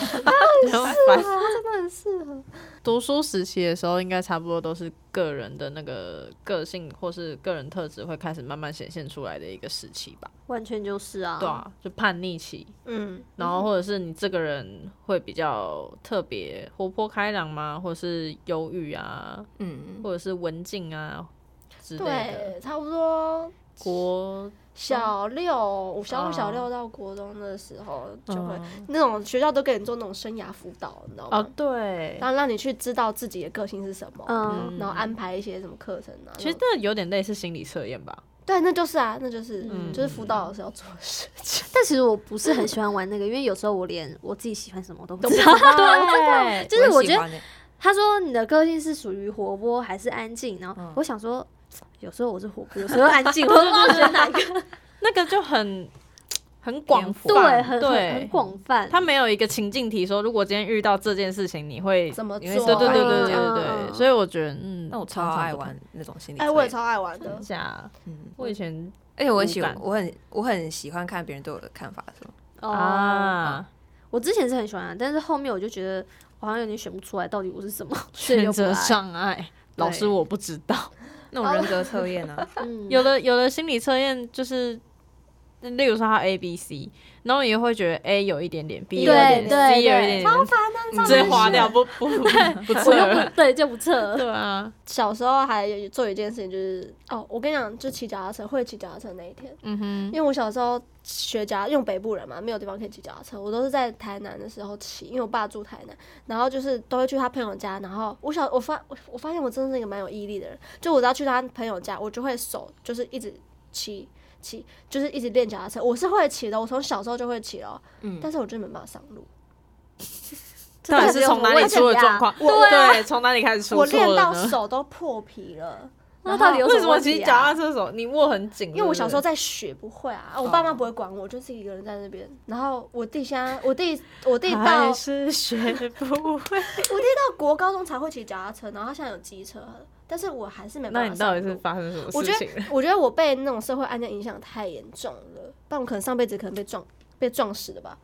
Speaker 1: 很烦。
Speaker 2: 啊真的很适合。
Speaker 1: 读书时期的时候，应该差不多都是个人的那个个性或是个人特质会开始慢慢显现出来的一个时期吧。
Speaker 4: 完全就是啊，
Speaker 1: 对啊，就叛逆期，
Speaker 2: 嗯，
Speaker 1: 然后或者是你这个人会比较特别活泼开朗吗？或者是忧郁啊，
Speaker 3: 嗯，
Speaker 1: 或者是文静啊之类的。
Speaker 2: 对，差不多
Speaker 1: 国哦
Speaker 2: 小六，我小五、小六到国中的时候就会、那种学校都给你做那种生涯辅导，你知道吗？
Speaker 1: 哦，对，
Speaker 2: 然后让你去知道自己的个性是什么，
Speaker 4: 嗯
Speaker 2: 然后安排一些什么课程啊。
Speaker 1: 其实这有点类似心理测验吧。
Speaker 2: 对，那就是啊，那就是、
Speaker 1: 嗯
Speaker 2: 就是辅导老师要做的事情。
Speaker 4: 但其实我不是很喜欢玩那个，因为有时候我连我自己喜欢什么我都不
Speaker 2: 都
Speaker 4: 知
Speaker 2: 不
Speaker 4: 道。
Speaker 2: 知道
Speaker 1: 对，
Speaker 4: 就是我
Speaker 3: 也
Speaker 4: 觉
Speaker 3: 喜
Speaker 4: 得
Speaker 3: 欢欸
Speaker 4: 他说你的个性是属于活泼还是安静？然后
Speaker 3: 嗯
Speaker 4: 我想说，有时候我是活泼，有时候安静，我都不知道选哪 个。
Speaker 1: 那个就很很广泛，
Speaker 4: 对，很很很
Speaker 1: 对，
Speaker 4: 广泛。
Speaker 1: 他没有一个情境题说，如果今天遇到这件事情，你会
Speaker 2: 怎么做？啊
Speaker 3: 因为
Speaker 1: 对对对对
Speaker 4: 嗯
Speaker 1: 对对
Speaker 4: 嗯
Speaker 1: 对，
Speaker 4: 嗯
Speaker 1: 所以我觉得，嗯，
Speaker 3: 那我超爱玩那种心理测
Speaker 2: 哎、
Speaker 3: 验，
Speaker 2: 我也超爱玩的
Speaker 1: 真，假？
Speaker 3: 嗯，
Speaker 1: 我以前
Speaker 3: 而且我很喜
Speaker 1: 无
Speaker 3: 欢，
Speaker 1: 感
Speaker 3: 我很我很喜欢看别人对我的看法什么。
Speaker 4: 哦，
Speaker 1: 啊，
Speaker 4: 我之前是很喜欢啊，但是后面我就觉得我好像有点选不出来到底我是什么， 所以
Speaker 1: 选
Speaker 4: 就不
Speaker 1: 择
Speaker 4: 爱。
Speaker 1: 障碍，老师我不知道。
Speaker 3: 那种人格测验啊 呢？
Speaker 4: 嗯，
Speaker 1: 有的有的心理测验就是，例如说他 A B C，然后你也会觉得 A 有一点点，B 有一点点
Speaker 4: 对啊
Speaker 1: ，C 有一
Speaker 4: 对
Speaker 1: 点点，超烦的，直接划掉，不不不不
Speaker 4: 我
Speaker 1: 测
Speaker 4: 就
Speaker 1: 了，
Speaker 4: 不对，就 不测。
Speaker 1: 对啊，
Speaker 2: 小时候还有做一件事情，就是哦，我跟你讲，就骑脚踏车，会骑脚踏车那一天，
Speaker 1: 嗯
Speaker 2: 因
Speaker 1: 哼，
Speaker 2: 为我小时候学脚，因为我北部人嘛，没有地方可以骑脚踏车，我都是在台南的时候骑，因为我爸住台南，然后就是都会去他朋友家，然后我小我发我我发现我真的是一个蛮有毅力的人，就我只要去他朋友家，我就会手就是一直骑骑，就是一直练脚踏车，我是会骑的，我从小时候就会骑了，
Speaker 3: 嗯
Speaker 2: 但是我真的没办法上路，
Speaker 1: 到底是从哪里出的状况？ 对，从哪里开始出
Speaker 2: 我
Speaker 1: 错
Speaker 2: 练
Speaker 1: 了
Speaker 2: 到
Speaker 1: 呢？
Speaker 2: 手都破皮了。
Speaker 4: 那到底有
Speaker 1: 为
Speaker 4: 什
Speaker 1: 什
Speaker 4: 么
Speaker 1: 么
Speaker 4: 问
Speaker 1: 骑
Speaker 4: 题
Speaker 1: 脚踏
Speaker 4: 啊？
Speaker 1: 车手你握很紧？
Speaker 2: 因为我小时候
Speaker 1: 对哦不
Speaker 2: 在学不会啊，我爸妈不会管我，我就自己一个人在那边。然后我弟现在，我 弟我弟
Speaker 1: 对
Speaker 2: 到
Speaker 1: 还是学不会。
Speaker 2: 到国高中才会骑脚踏车，然后他现在有机车了，但是我还是没
Speaker 1: 那
Speaker 2: 办法
Speaker 1: 你到
Speaker 2: 上
Speaker 1: 底是
Speaker 2: 路。
Speaker 1: 发生什么
Speaker 2: 我
Speaker 1: 事
Speaker 2: 觉
Speaker 1: 情
Speaker 2: 得，我觉得我被那种社会案件影响太严重了，不然我可能上辈子可能被撞被撞死 的吧，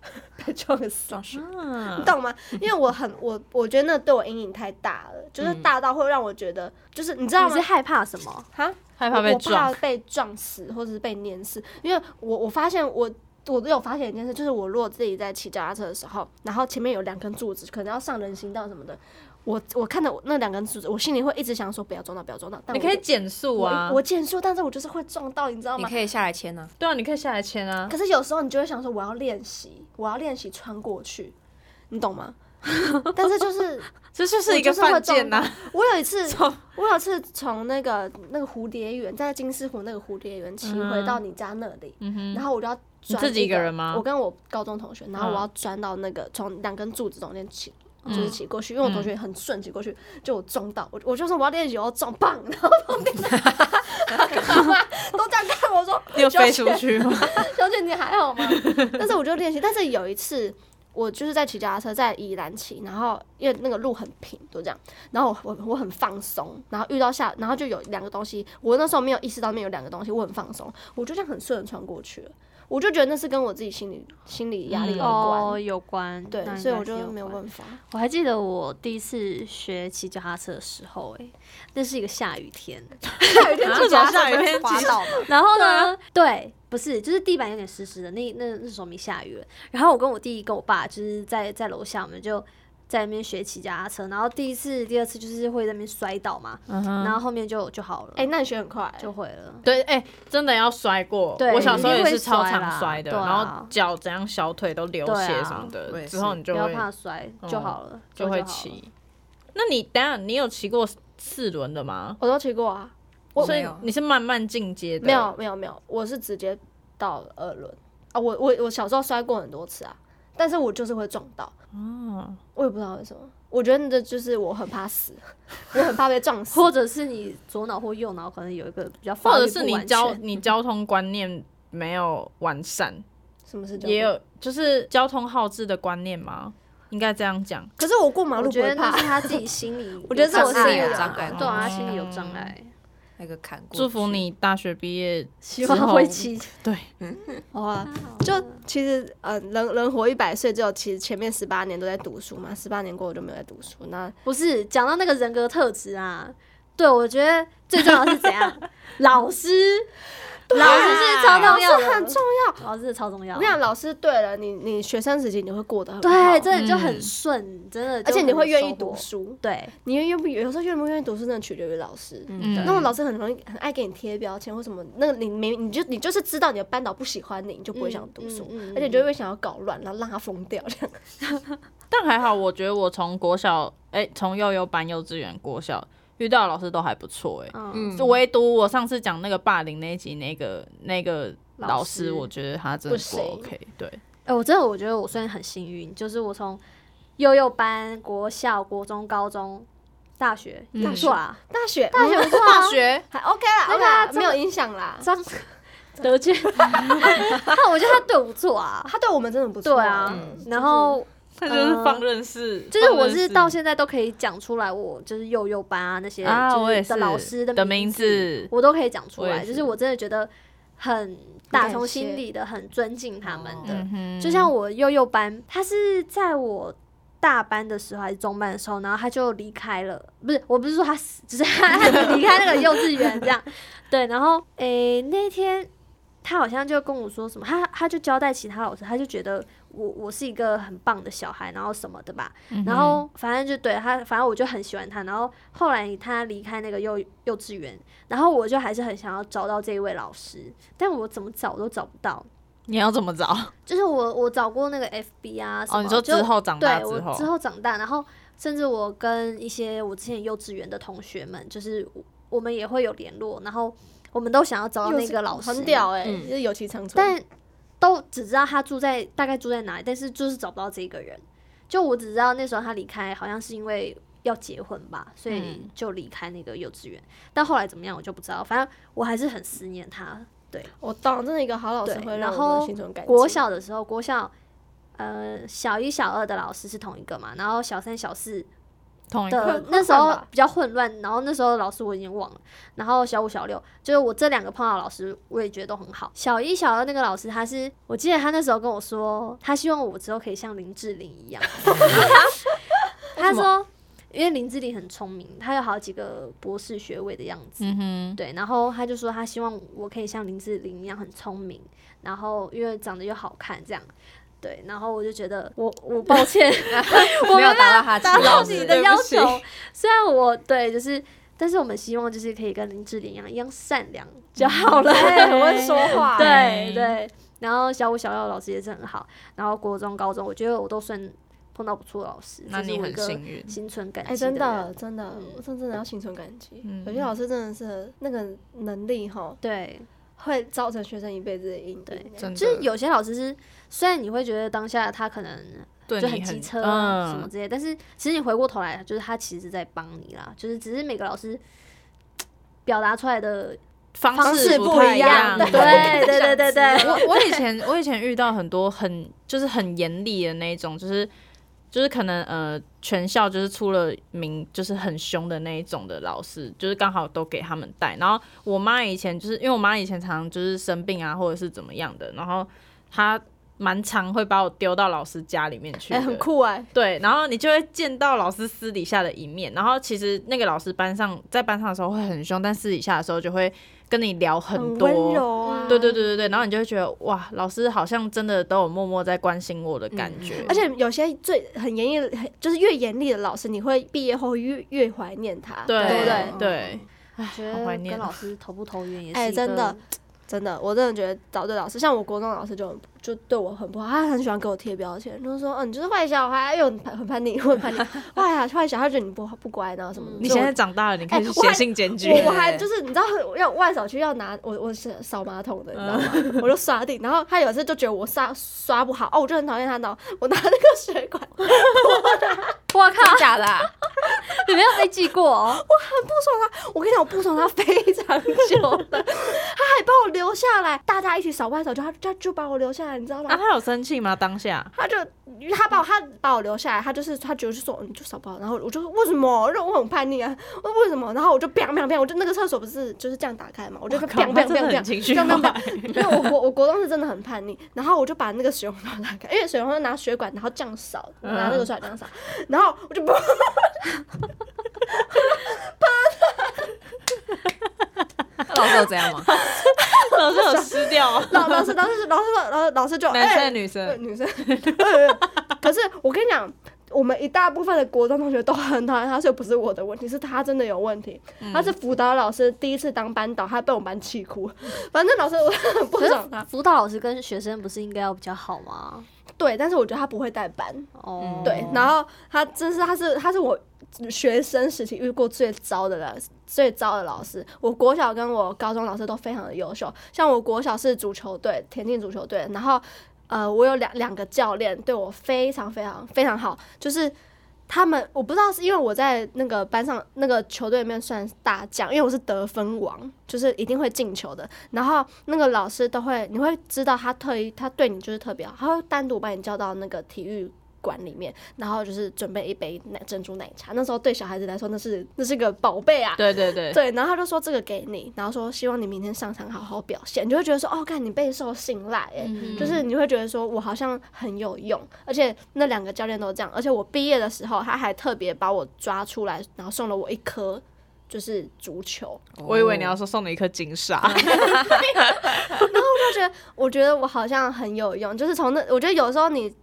Speaker 2: 被撞死，
Speaker 3: 壮士，
Speaker 1: 了
Speaker 2: 你？懂吗？因为我很我我觉得那对我阴影太大了，就是
Speaker 1: 嗯
Speaker 2: 大到会让我觉得，就是你知道
Speaker 4: 你
Speaker 2: 吗
Speaker 4: 是？害怕什 么？
Speaker 2: 哈，
Speaker 1: 害
Speaker 2: 我
Speaker 1: 怕被
Speaker 2: 我怕
Speaker 1: 撞，
Speaker 2: 被撞死或者是被碾死，因为我我发现我。我都有发现一件事，就是我如果自己在骑脚踏车的时候，然后前面有两根柱子，可能要上人行道什么的，我我看到那两根柱子，我心里会一直想说不要撞到，不要撞到。但
Speaker 1: 你
Speaker 2: 我
Speaker 1: 可以减速
Speaker 2: 我
Speaker 1: 啊
Speaker 2: 我，减速，但是我就是会撞到，你知道
Speaker 3: 你
Speaker 2: 吗？
Speaker 3: 可以下来签呢。
Speaker 1: 对啊，你可以下来签啊。
Speaker 2: 可是有时候你就会想说，我要练习，我要练习穿过去，你懂吗？ 但是就是
Speaker 1: 这就是一
Speaker 2: 我就
Speaker 1: 个
Speaker 2: 是会
Speaker 1: 犯贱啊呐、
Speaker 2: 我有一 次，我有一次从那个那个蝴蝶园，在金丝湖那个蝴蝶园骑
Speaker 1: 嗯
Speaker 2: 回到你家那里，然后我就要
Speaker 1: 你
Speaker 2: 钻
Speaker 1: 自己
Speaker 2: 一
Speaker 1: 一个人吗
Speaker 2: 我跟我高中同学，然
Speaker 1: 嗯
Speaker 2: 后我要钻到那个从两根柱子中间骑。就是骑过去，因为
Speaker 1: 嗯
Speaker 2: 我同学很顺骑过去，就我撞到我，我就说我要练习，我要撞棒，然后旁边的 干嘛 都这样看我说，
Speaker 1: 你有飞出去吗？
Speaker 2: 小姐你还好吗？但是我就练习，但是有一次我就是在骑脚踏车，在宜兰骑，然后因为那个路很平，就这样，然后我我我很放松，然后遇到下，然后就有两个东西，我那时候没有意识到那边有两个东西，我很放松，我就这样很顺的穿过去了，我就觉得那是跟我自己心理心理压力有关。
Speaker 4: 哦，有关，
Speaker 2: 对
Speaker 4: 那，应
Speaker 2: 所以
Speaker 4: 该
Speaker 2: 我
Speaker 4: 是
Speaker 2: 就
Speaker 4: 有
Speaker 2: 没有
Speaker 4: 关
Speaker 2: 办法。
Speaker 4: 我还记得我第一次学骑脚踏车的时候、欸，那是一个下雨天，
Speaker 2: 下雨天
Speaker 1: 啊
Speaker 2: 骑脚踏车
Speaker 1: 下雨
Speaker 2: 不会
Speaker 1: 天
Speaker 2: 滑
Speaker 1: 骑
Speaker 2: 倒吗？
Speaker 4: 然后呢，对，不是，就是地板有点湿湿的，那那那时候没下雨了。然后我跟我弟跟我爸就是在在楼下，我们就在那边学骑脚踏车，然后第一次、第二次就是会在那边摔倒嘛，然后后面就就好了，
Speaker 2: 哎、那你学很快、
Speaker 4: 就会了。
Speaker 1: 对，哎、真的要摔过。
Speaker 4: 对
Speaker 1: 我小时候也
Speaker 4: 一定
Speaker 1: 是
Speaker 4: 会摔
Speaker 1: 超
Speaker 4: 啦
Speaker 1: 常摔的，
Speaker 4: 对啊
Speaker 1: 然后脚怎样小腿都流血
Speaker 4: 对啊
Speaker 1: 什么的，
Speaker 3: 我也是
Speaker 1: 之后你
Speaker 4: 不
Speaker 1: 就
Speaker 4: 要
Speaker 1: 会
Speaker 4: 怕摔嗯就好了，
Speaker 1: 就
Speaker 4: 会
Speaker 1: 会。骑。那你等一下你有骑过四轮的吗？
Speaker 2: 我都骑过啊，我
Speaker 1: 所
Speaker 3: 没
Speaker 1: 以
Speaker 3: 有
Speaker 1: 你是慢慢进阶的，
Speaker 2: 没有没有没有，我是直接到二轮啊！我我我小时候摔过很多次啊，但是我就是会撞到，
Speaker 1: 哦，
Speaker 2: 我也不知道为什么。我觉得这就是我很怕 死，我很怕被撞死。
Speaker 4: 或者是你左脑或右脑可能有一个比较发
Speaker 1: 或
Speaker 4: 育
Speaker 1: 者
Speaker 4: 不
Speaker 1: 是你
Speaker 4: 完
Speaker 1: 交
Speaker 4: 全
Speaker 1: 你交通观念没有完善，
Speaker 2: 什么事情
Speaker 1: 也？有就是交通好治的观念吗？应该这样讲。
Speaker 2: 可是我过马
Speaker 4: 我
Speaker 2: 路不
Speaker 4: 觉
Speaker 2: 会
Speaker 4: 得那
Speaker 2: 怕
Speaker 4: 是，他自己心 里，
Speaker 2: 我觉得这是
Speaker 4: 是
Speaker 2: 我
Speaker 4: 心
Speaker 2: 心
Speaker 4: 里
Speaker 2: 里有
Speaker 4: 有
Speaker 2: 障
Speaker 4: 碍
Speaker 2: 碍，
Speaker 4: 对啊，心里有障碍。
Speaker 3: 那个砍过去，
Speaker 1: 祝福你大学毕业
Speaker 4: 希
Speaker 1: 之
Speaker 4: 望
Speaker 1: 后
Speaker 4: 会骑，
Speaker 1: 对，
Speaker 2: 哇！啊就其实呃，人人活一百岁，只有其实前面十八年都在读书嘛，十八年过后就没有在读书。那
Speaker 4: 不是讲到那个 人格特质啊，对我觉得最重要的是怎样，老师，老师是超重要
Speaker 2: 老师
Speaker 4: 的，
Speaker 2: 很重要。
Speaker 4: 老师是超重要
Speaker 2: 我跟你。讲，老师对了，你你学生时期你会过得很好
Speaker 4: 对，真的就
Speaker 1: 嗯
Speaker 4: 很顺，真的，
Speaker 2: 而且你会愿意读。书。
Speaker 4: 对，
Speaker 2: 你愿不愿有时候愿不愿意读书，真的取决于老师。
Speaker 1: 嗯
Speaker 2: 那种老师很容易很爱给你贴标签或什么，那个你没你就你就是知道你的班导不喜欢你，你就不会想读书，
Speaker 4: 嗯嗯嗯
Speaker 2: 而且你就会想要搞乱，然后让他疯掉这样。
Speaker 1: 但还好，我觉得我从国小，哎、从幼幼班、幼稚园、国小遇到的老师都还不错、哎、
Speaker 4: 嗯，
Speaker 3: 嗯
Speaker 1: 就唯独我上次讲那个霸凌那一集，那个那个老
Speaker 4: 老
Speaker 1: 师，
Speaker 4: 师
Speaker 1: 我觉得他真的不
Speaker 2: 不行
Speaker 1: OK，对，
Speaker 4: 哎、我真的我觉得我算很幸运，就是我从幼幼班、国校、国中、高中、大学，
Speaker 1: 嗯
Speaker 4: 也不错啊，
Speaker 2: 大学
Speaker 4: 大 学不错
Speaker 1: 大
Speaker 4: 啊，
Speaker 1: 学
Speaker 2: 还 OK 啦
Speaker 4: 那
Speaker 2: ，OK
Speaker 4: 个啊
Speaker 2: 啦，没有影响啦。
Speaker 4: 张德 军，那我觉得他对我不错啊，
Speaker 2: 他对我们真的不错，嗯
Speaker 4: 对啊，然后
Speaker 1: 他就是放任式，
Speaker 4: 嗯就是
Speaker 1: 放任
Speaker 4: 我
Speaker 1: 式
Speaker 4: 是到现在都可以讲出来，我就是幼幼班啊那些
Speaker 1: 啊，
Speaker 4: 就
Speaker 1: 我也是
Speaker 4: 是的老师
Speaker 1: 的
Speaker 4: 名
Speaker 1: 名，字，
Speaker 4: 我都可以讲出
Speaker 1: 我也
Speaker 4: 来，就是是我真的觉得很打从
Speaker 2: 感
Speaker 4: 心
Speaker 2: 谢
Speaker 4: 底的很尊敬他们的，
Speaker 1: 嗯哼
Speaker 4: 就像我幼幼班，他是在我大班的时候还是中班的时候，然后他就离开了，不是，我不是说他死，只是 他他就离开那个幼稚园这样。对，然后诶、那天他好像就跟我说什么，他他就交代其他老师，他就觉得我我是一个很棒的小孩，然后什么的吧。
Speaker 1: 嗯
Speaker 4: 然后反正就对他，反正我就很喜欢他。然后后来他离开那个幼幼稚园，然后我就还是很想要找到这一位老师，但我怎么找都找不到。
Speaker 1: 你要怎么找？
Speaker 4: 就是我我找过那个 FB 啊什么，
Speaker 1: 哦，你说
Speaker 4: 就
Speaker 1: 之后长大
Speaker 4: 对
Speaker 1: 之
Speaker 4: 我
Speaker 1: 后，
Speaker 4: 之后长大，然后甚至我跟一些我之前幼稚园的同学们，就是我我们也会有联络，然后我们都想要找到那个老师，
Speaker 2: 很屌哎，
Speaker 3: 嗯
Speaker 2: 就是有其长处。
Speaker 4: 但都只知道他住在大概住在哪里，但是就是找不到这个人。就我只知道那时候他离开，好像是因为要结婚吧，所以
Speaker 1: 嗯
Speaker 4: 就离开那个幼稚园。但后来怎么样我就不知道，反正我还是很思念他。
Speaker 2: 我懂，真的一个好老师
Speaker 4: 对
Speaker 2: 会让
Speaker 4: 然
Speaker 2: 我
Speaker 4: 后
Speaker 2: 们心存感激。
Speaker 4: 国小的时候，国小呃小一小二的老师是同一个嘛，然后小三小四
Speaker 1: 同一
Speaker 2: 会
Speaker 4: 的
Speaker 1: 个
Speaker 2: 混
Speaker 4: 那时
Speaker 2: 乱
Speaker 4: 候
Speaker 2: 吧
Speaker 4: 比较混乱，然后那时候老师我已经忘了，然后小五小六就是我这两个碰到的老师，我也觉得都很好。小一小二那个老师他是，我记得他那时候跟我说，他希望我之后可以像林志玲一样，他说。因为林志玲很聪明，她有好几个博士学位的样子，
Speaker 1: 嗯哼，
Speaker 4: 对，然后他就说他希望我可以像林志玲一样很聪明，然后因为长得又好看这样，对，然后我就觉得我我抱歉，我
Speaker 3: 没
Speaker 4: 没
Speaker 3: 有
Speaker 4: 有
Speaker 3: 达 到他
Speaker 4: 达
Speaker 3: 期
Speaker 4: 到
Speaker 3: 望
Speaker 4: 你
Speaker 3: 值
Speaker 4: 的 要
Speaker 1: 对不
Speaker 4: 求，虽然我对就是，但是我们希望就是可以跟林志玲一样一样善良就好了，
Speaker 2: 哎很会说话，
Speaker 4: 对对。然后小五小六老师也是很好，然后国中高中我觉得我都算碰到不错的老师，
Speaker 1: 那
Speaker 4: 这是
Speaker 1: 你
Speaker 4: 我
Speaker 1: 很
Speaker 4: 一个
Speaker 1: 幸运
Speaker 4: 心存感
Speaker 2: 哎、
Speaker 4: 激
Speaker 2: 真的
Speaker 4: 人，
Speaker 2: 真的，我真真的要心存感激。
Speaker 1: 嗯
Speaker 2: 有些老师真的是那个能力哈，
Speaker 4: 对。
Speaker 2: 会造成学生一辈子的阴影。欸
Speaker 4: 对
Speaker 1: 真
Speaker 4: 就是
Speaker 1: 的
Speaker 4: 有些老师是，虽然你会觉得当下他可能
Speaker 1: 对
Speaker 4: 就
Speaker 1: 你
Speaker 4: 机车啊什么
Speaker 1: 嗯，
Speaker 4: 之类，但是其实你回过头来，就是他其实在帮你啦，就是只是每个老师表达出来的，
Speaker 1: 方
Speaker 2: 式不
Speaker 1: 太
Speaker 2: 一
Speaker 1: 一
Speaker 2: 样
Speaker 1: 样
Speaker 4: 对 对对对对，
Speaker 1: 哦我我以前我以前遇到很多很就是很严厉的那一种，就是就是可能呃全校就是出了名就是很凶的那一种的老师，就是刚好都给他们带。然后我妈以前就是因为我妈以前常常就是生病啊或者是怎么样的，然后她蛮常会把我丢到老师家里面去
Speaker 2: 哎、
Speaker 1: 的，
Speaker 2: 很酷哎、
Speaker 1: 对，然后你就会见到老师私底下的一面，然后其实那个老师班上在班上的时候会很凶，但私底下的时候就会跟你聊
Speaker 2: 很
Speaker 1: 多，
Speaker 2: 温柔啊。
Speaker 1: 对对。对对对，然后你就会觉得哇，老师好像真的都有默默在关心我的感觉，
Speaker 2: 嗯而且有些最很严厉的，很就是越严厉的老师，你会毕业后越越怀念他，
Speaker 1: 对
Speaker 2: 对不对？嗯
Speaker 1: 对对，
Speaker 4: 我觉
Speaker 1: 好怀
Speaker 4: 得
Speaker 1: 念哦
Speaker 4: 跟老师投不投缘也是
Speaker 2: 哎
Speaker 4: 一
Speaker 2: 真的
Speaker 4: 个，
Speaker 2: 真的，我真的觉得找对老师，像我国中的老师就很就对我很不好，他很喜欢给我贴标签，就是说，嗯、你就是坏小孩，又很叛很叛逆， 我 很叛逆，坏啊坏小孩，觉得你不好不乖，然后什么的。
Speaker 1: 嗯你
Speaker 2: 所以
Speaker 1: 现
Speaker 2: 我
Speaker 1: 在长大了，你可以
Speaker 2: 哎
Speaker 1: 去
Speaker 2: 我
Speaker 1: 写
Speaker 2: 还
Speaker 1: 信检举。
Speaker 2: 我我还就是你知道我要外扫区要拿我我是扫马桶的，你知道吗？
Speaker 1: 嗯
Speaker 2: 我就刷地，然后他有一次就觉得我刷刷不好，哦，我就很讨厌他，然后我拿那个水管，我
Speaker 3: 我靠，假的啊？
Speaker 4: 你没有被记过 哦，
Speaker 2: 我跟你讲，我不爽他非常久了， 他还把我留下来，大家一起扫外扫区，他他就把我留下来，你知道吗
Speaker 1: 啊，？他有生气吗？当下
Speaker 2: 他就他把我他把我留下来，他就是他就是说你就少包，然后我就说为什么？因为我很叛逆啊，我说为什么？然后我就 biang biang biang，我就那个厕所不是就是这样打开嘛，我就
Speaker 1: 靠
Speaker 2: biang
Speaker 1: 他真
Speaker 2: biang
Speaker 1: 的
Speaker 2: biang
Speaker 1: 很
Speaker 2: biang，
Speaker 1: 情绪
Speaker 2: biang biang
Speaker 1: 化
Speaker 2: biang，因为我国我国中是真的很叛逆，然后我就把那个水龙头打开，因为水龙头拿水管，然后这样扫，我
Speaker 1: 嗯
Speaker 2: 拿那个水管这样扫，然后我就不，
Speaker 3: 老师有这样吗？
Speaker 1: 老师有湿掉，
Speaker 2: 老老师老师老师老师老师就
Speaker 1: 男生
Speaker 2: 哎
Speaker 1: 女
Speaker 2: 对
Speaker 1: 生，
Speaker 2: 女生。呃 可是我跟你讲，我们一大部分的国中同学都很讨厌他，所以不是我的问题，是他真的有问题。他是辅导老师第一次当班导，他被我们班气哭。反正老师我 很不
Speaker 4: 可
Speaker 2: 爽他
Speaker 4: 是。辅导老师跟学生不是应该要比较好吗？
Speaker 2: 对，但是我觉得他不会带班。
Speaker 4: 哦，
Speaker 1: 嗯
Speaker 2: 对，然后他真是他是他是我学生时期遇过最糟的了。最糟的老师，我国小跟我高中老师都非常的优秀。像我国小是足球队，田径足球队，然后呃，我有两两个教练对我非常非常非常好，就是他们我不知道是因为我在那个班上那个球队里面算是大将，因为我是得分王，就是一定会进球的。然后那个老师都会，你会知道他特意他对你就是特别好，他会单独把你叫到那个体育。馆里面，然后就是准备一杯奶珍珠奶茶。那时候对小孩子来说，那是 那是个宝贝啊，
Speaker 1: 对对对，
Speaker 2: 对，然后他就说这个给你，然后说希望你明天上场好好表现，你就会觉得说哦，看你备受信赖，哎、
Speaker 4: 嗯
Speaker 2: 就是你会觉得说我好像很有用，而且那两个教练都这样，而且我毕业的时候他还特别把我抓出来，然后送了我一颗就是足球，
Speaker 1: 我以为
Speaker 3: 哦
Speaker 1: 你要说送你一颗金沙，
Speaker 2: 就觉得我觉得我好像很有用，就是从那我觉得有时候你。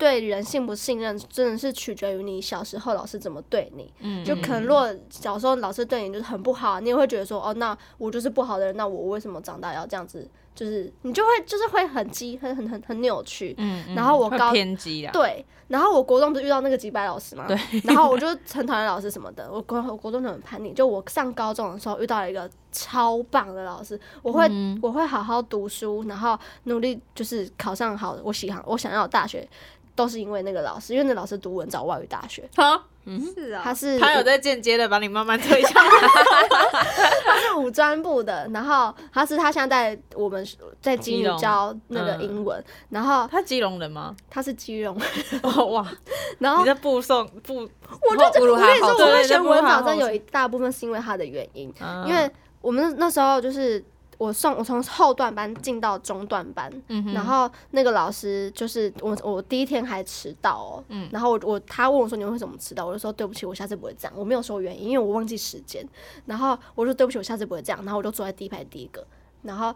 Speaker 2: 对人信不信任，真的是取决于你小时候老师怎么对你。
Speaker 1: 嗯
Speaker 2: 就可能如果小时候老师对你就是很不好，你也会觉得说，哦，那我就是不好的人，那我为什么长大要这样子？就是你就会就是会很激，很很很很扭曲。
Speaker 1: 嗯嗯
Speaker 2: 然后我
Speaker 1: 会
Speaker 2: 高
Speaker 1: 偏激啊，
Speaker 2: 对，然后我国中不是遇到那个几百老师嘛，对，然后我就很讨厌老师什么的，我国我国中就很叛逆。就我上高中的时候遇到了一个超棒的老师，我会、
Speaker 1: 嗯
Speaker 2: 我会好好读书，然后努力就是考上好我喜欢我想要的大学，都是因为那个老师，因为那老师读文藻外语大学，
Speaker 1: 好，
Speaker 4: 是
Speaker 2: 他
Speaker 4: 啊，
Speaker 2: 是
Speaker 1: 他有在间接的把你慢慢推向，
Speaker 2: 是五专部的，然后他是他现在在我们在基
Speaker 1: 基
Speaker 2: 女
Speaker 1: 隆
Speaker 2: 教那个
Speaker 1: 嗯
Speaker 2: 英文，然后
Speaker 1: 他基隆人 吗？
Speaker 2: 他是基隆，
Speaker 1: 哦哇，
Speaker 2: 然后
Speaker 1: 你在部送部，
Speaker 2: 我就觉得
Speaker 3: 侮辱
Speaker 2: 我
Speaker 3: 他
Speaker 2: 跟你说，
Speaker 3: 好
Speaker 2: 我会
Speaker 1: 对
Speaker 2: 选
Speaker 1: 侮辱
Speaker 2: 文
Speaker 1: 他
Speaker 2: 藻
Speaker 1: 好
Speaker 2: 真有
Speaker 1: 处
Speaker 2: 一大部分是因为他的原因，
Speaker 1: 嗯
Speaker 2: 因为我们那时候就是我送我从后段班进到中段班，
Speaker 1: 嗯哼
Speaker 2: 然后那个老师就是我我第一天还迟到哦，
Speaker 1: 嗯
Speaker 2: 然后我我他问我说你为什么迟到，我就说对不起，我下次不会这样，我没有说原因，因为我忘记时间，然后我说对不起，我下次不会这样，然后我就坐在第一排第一个，然后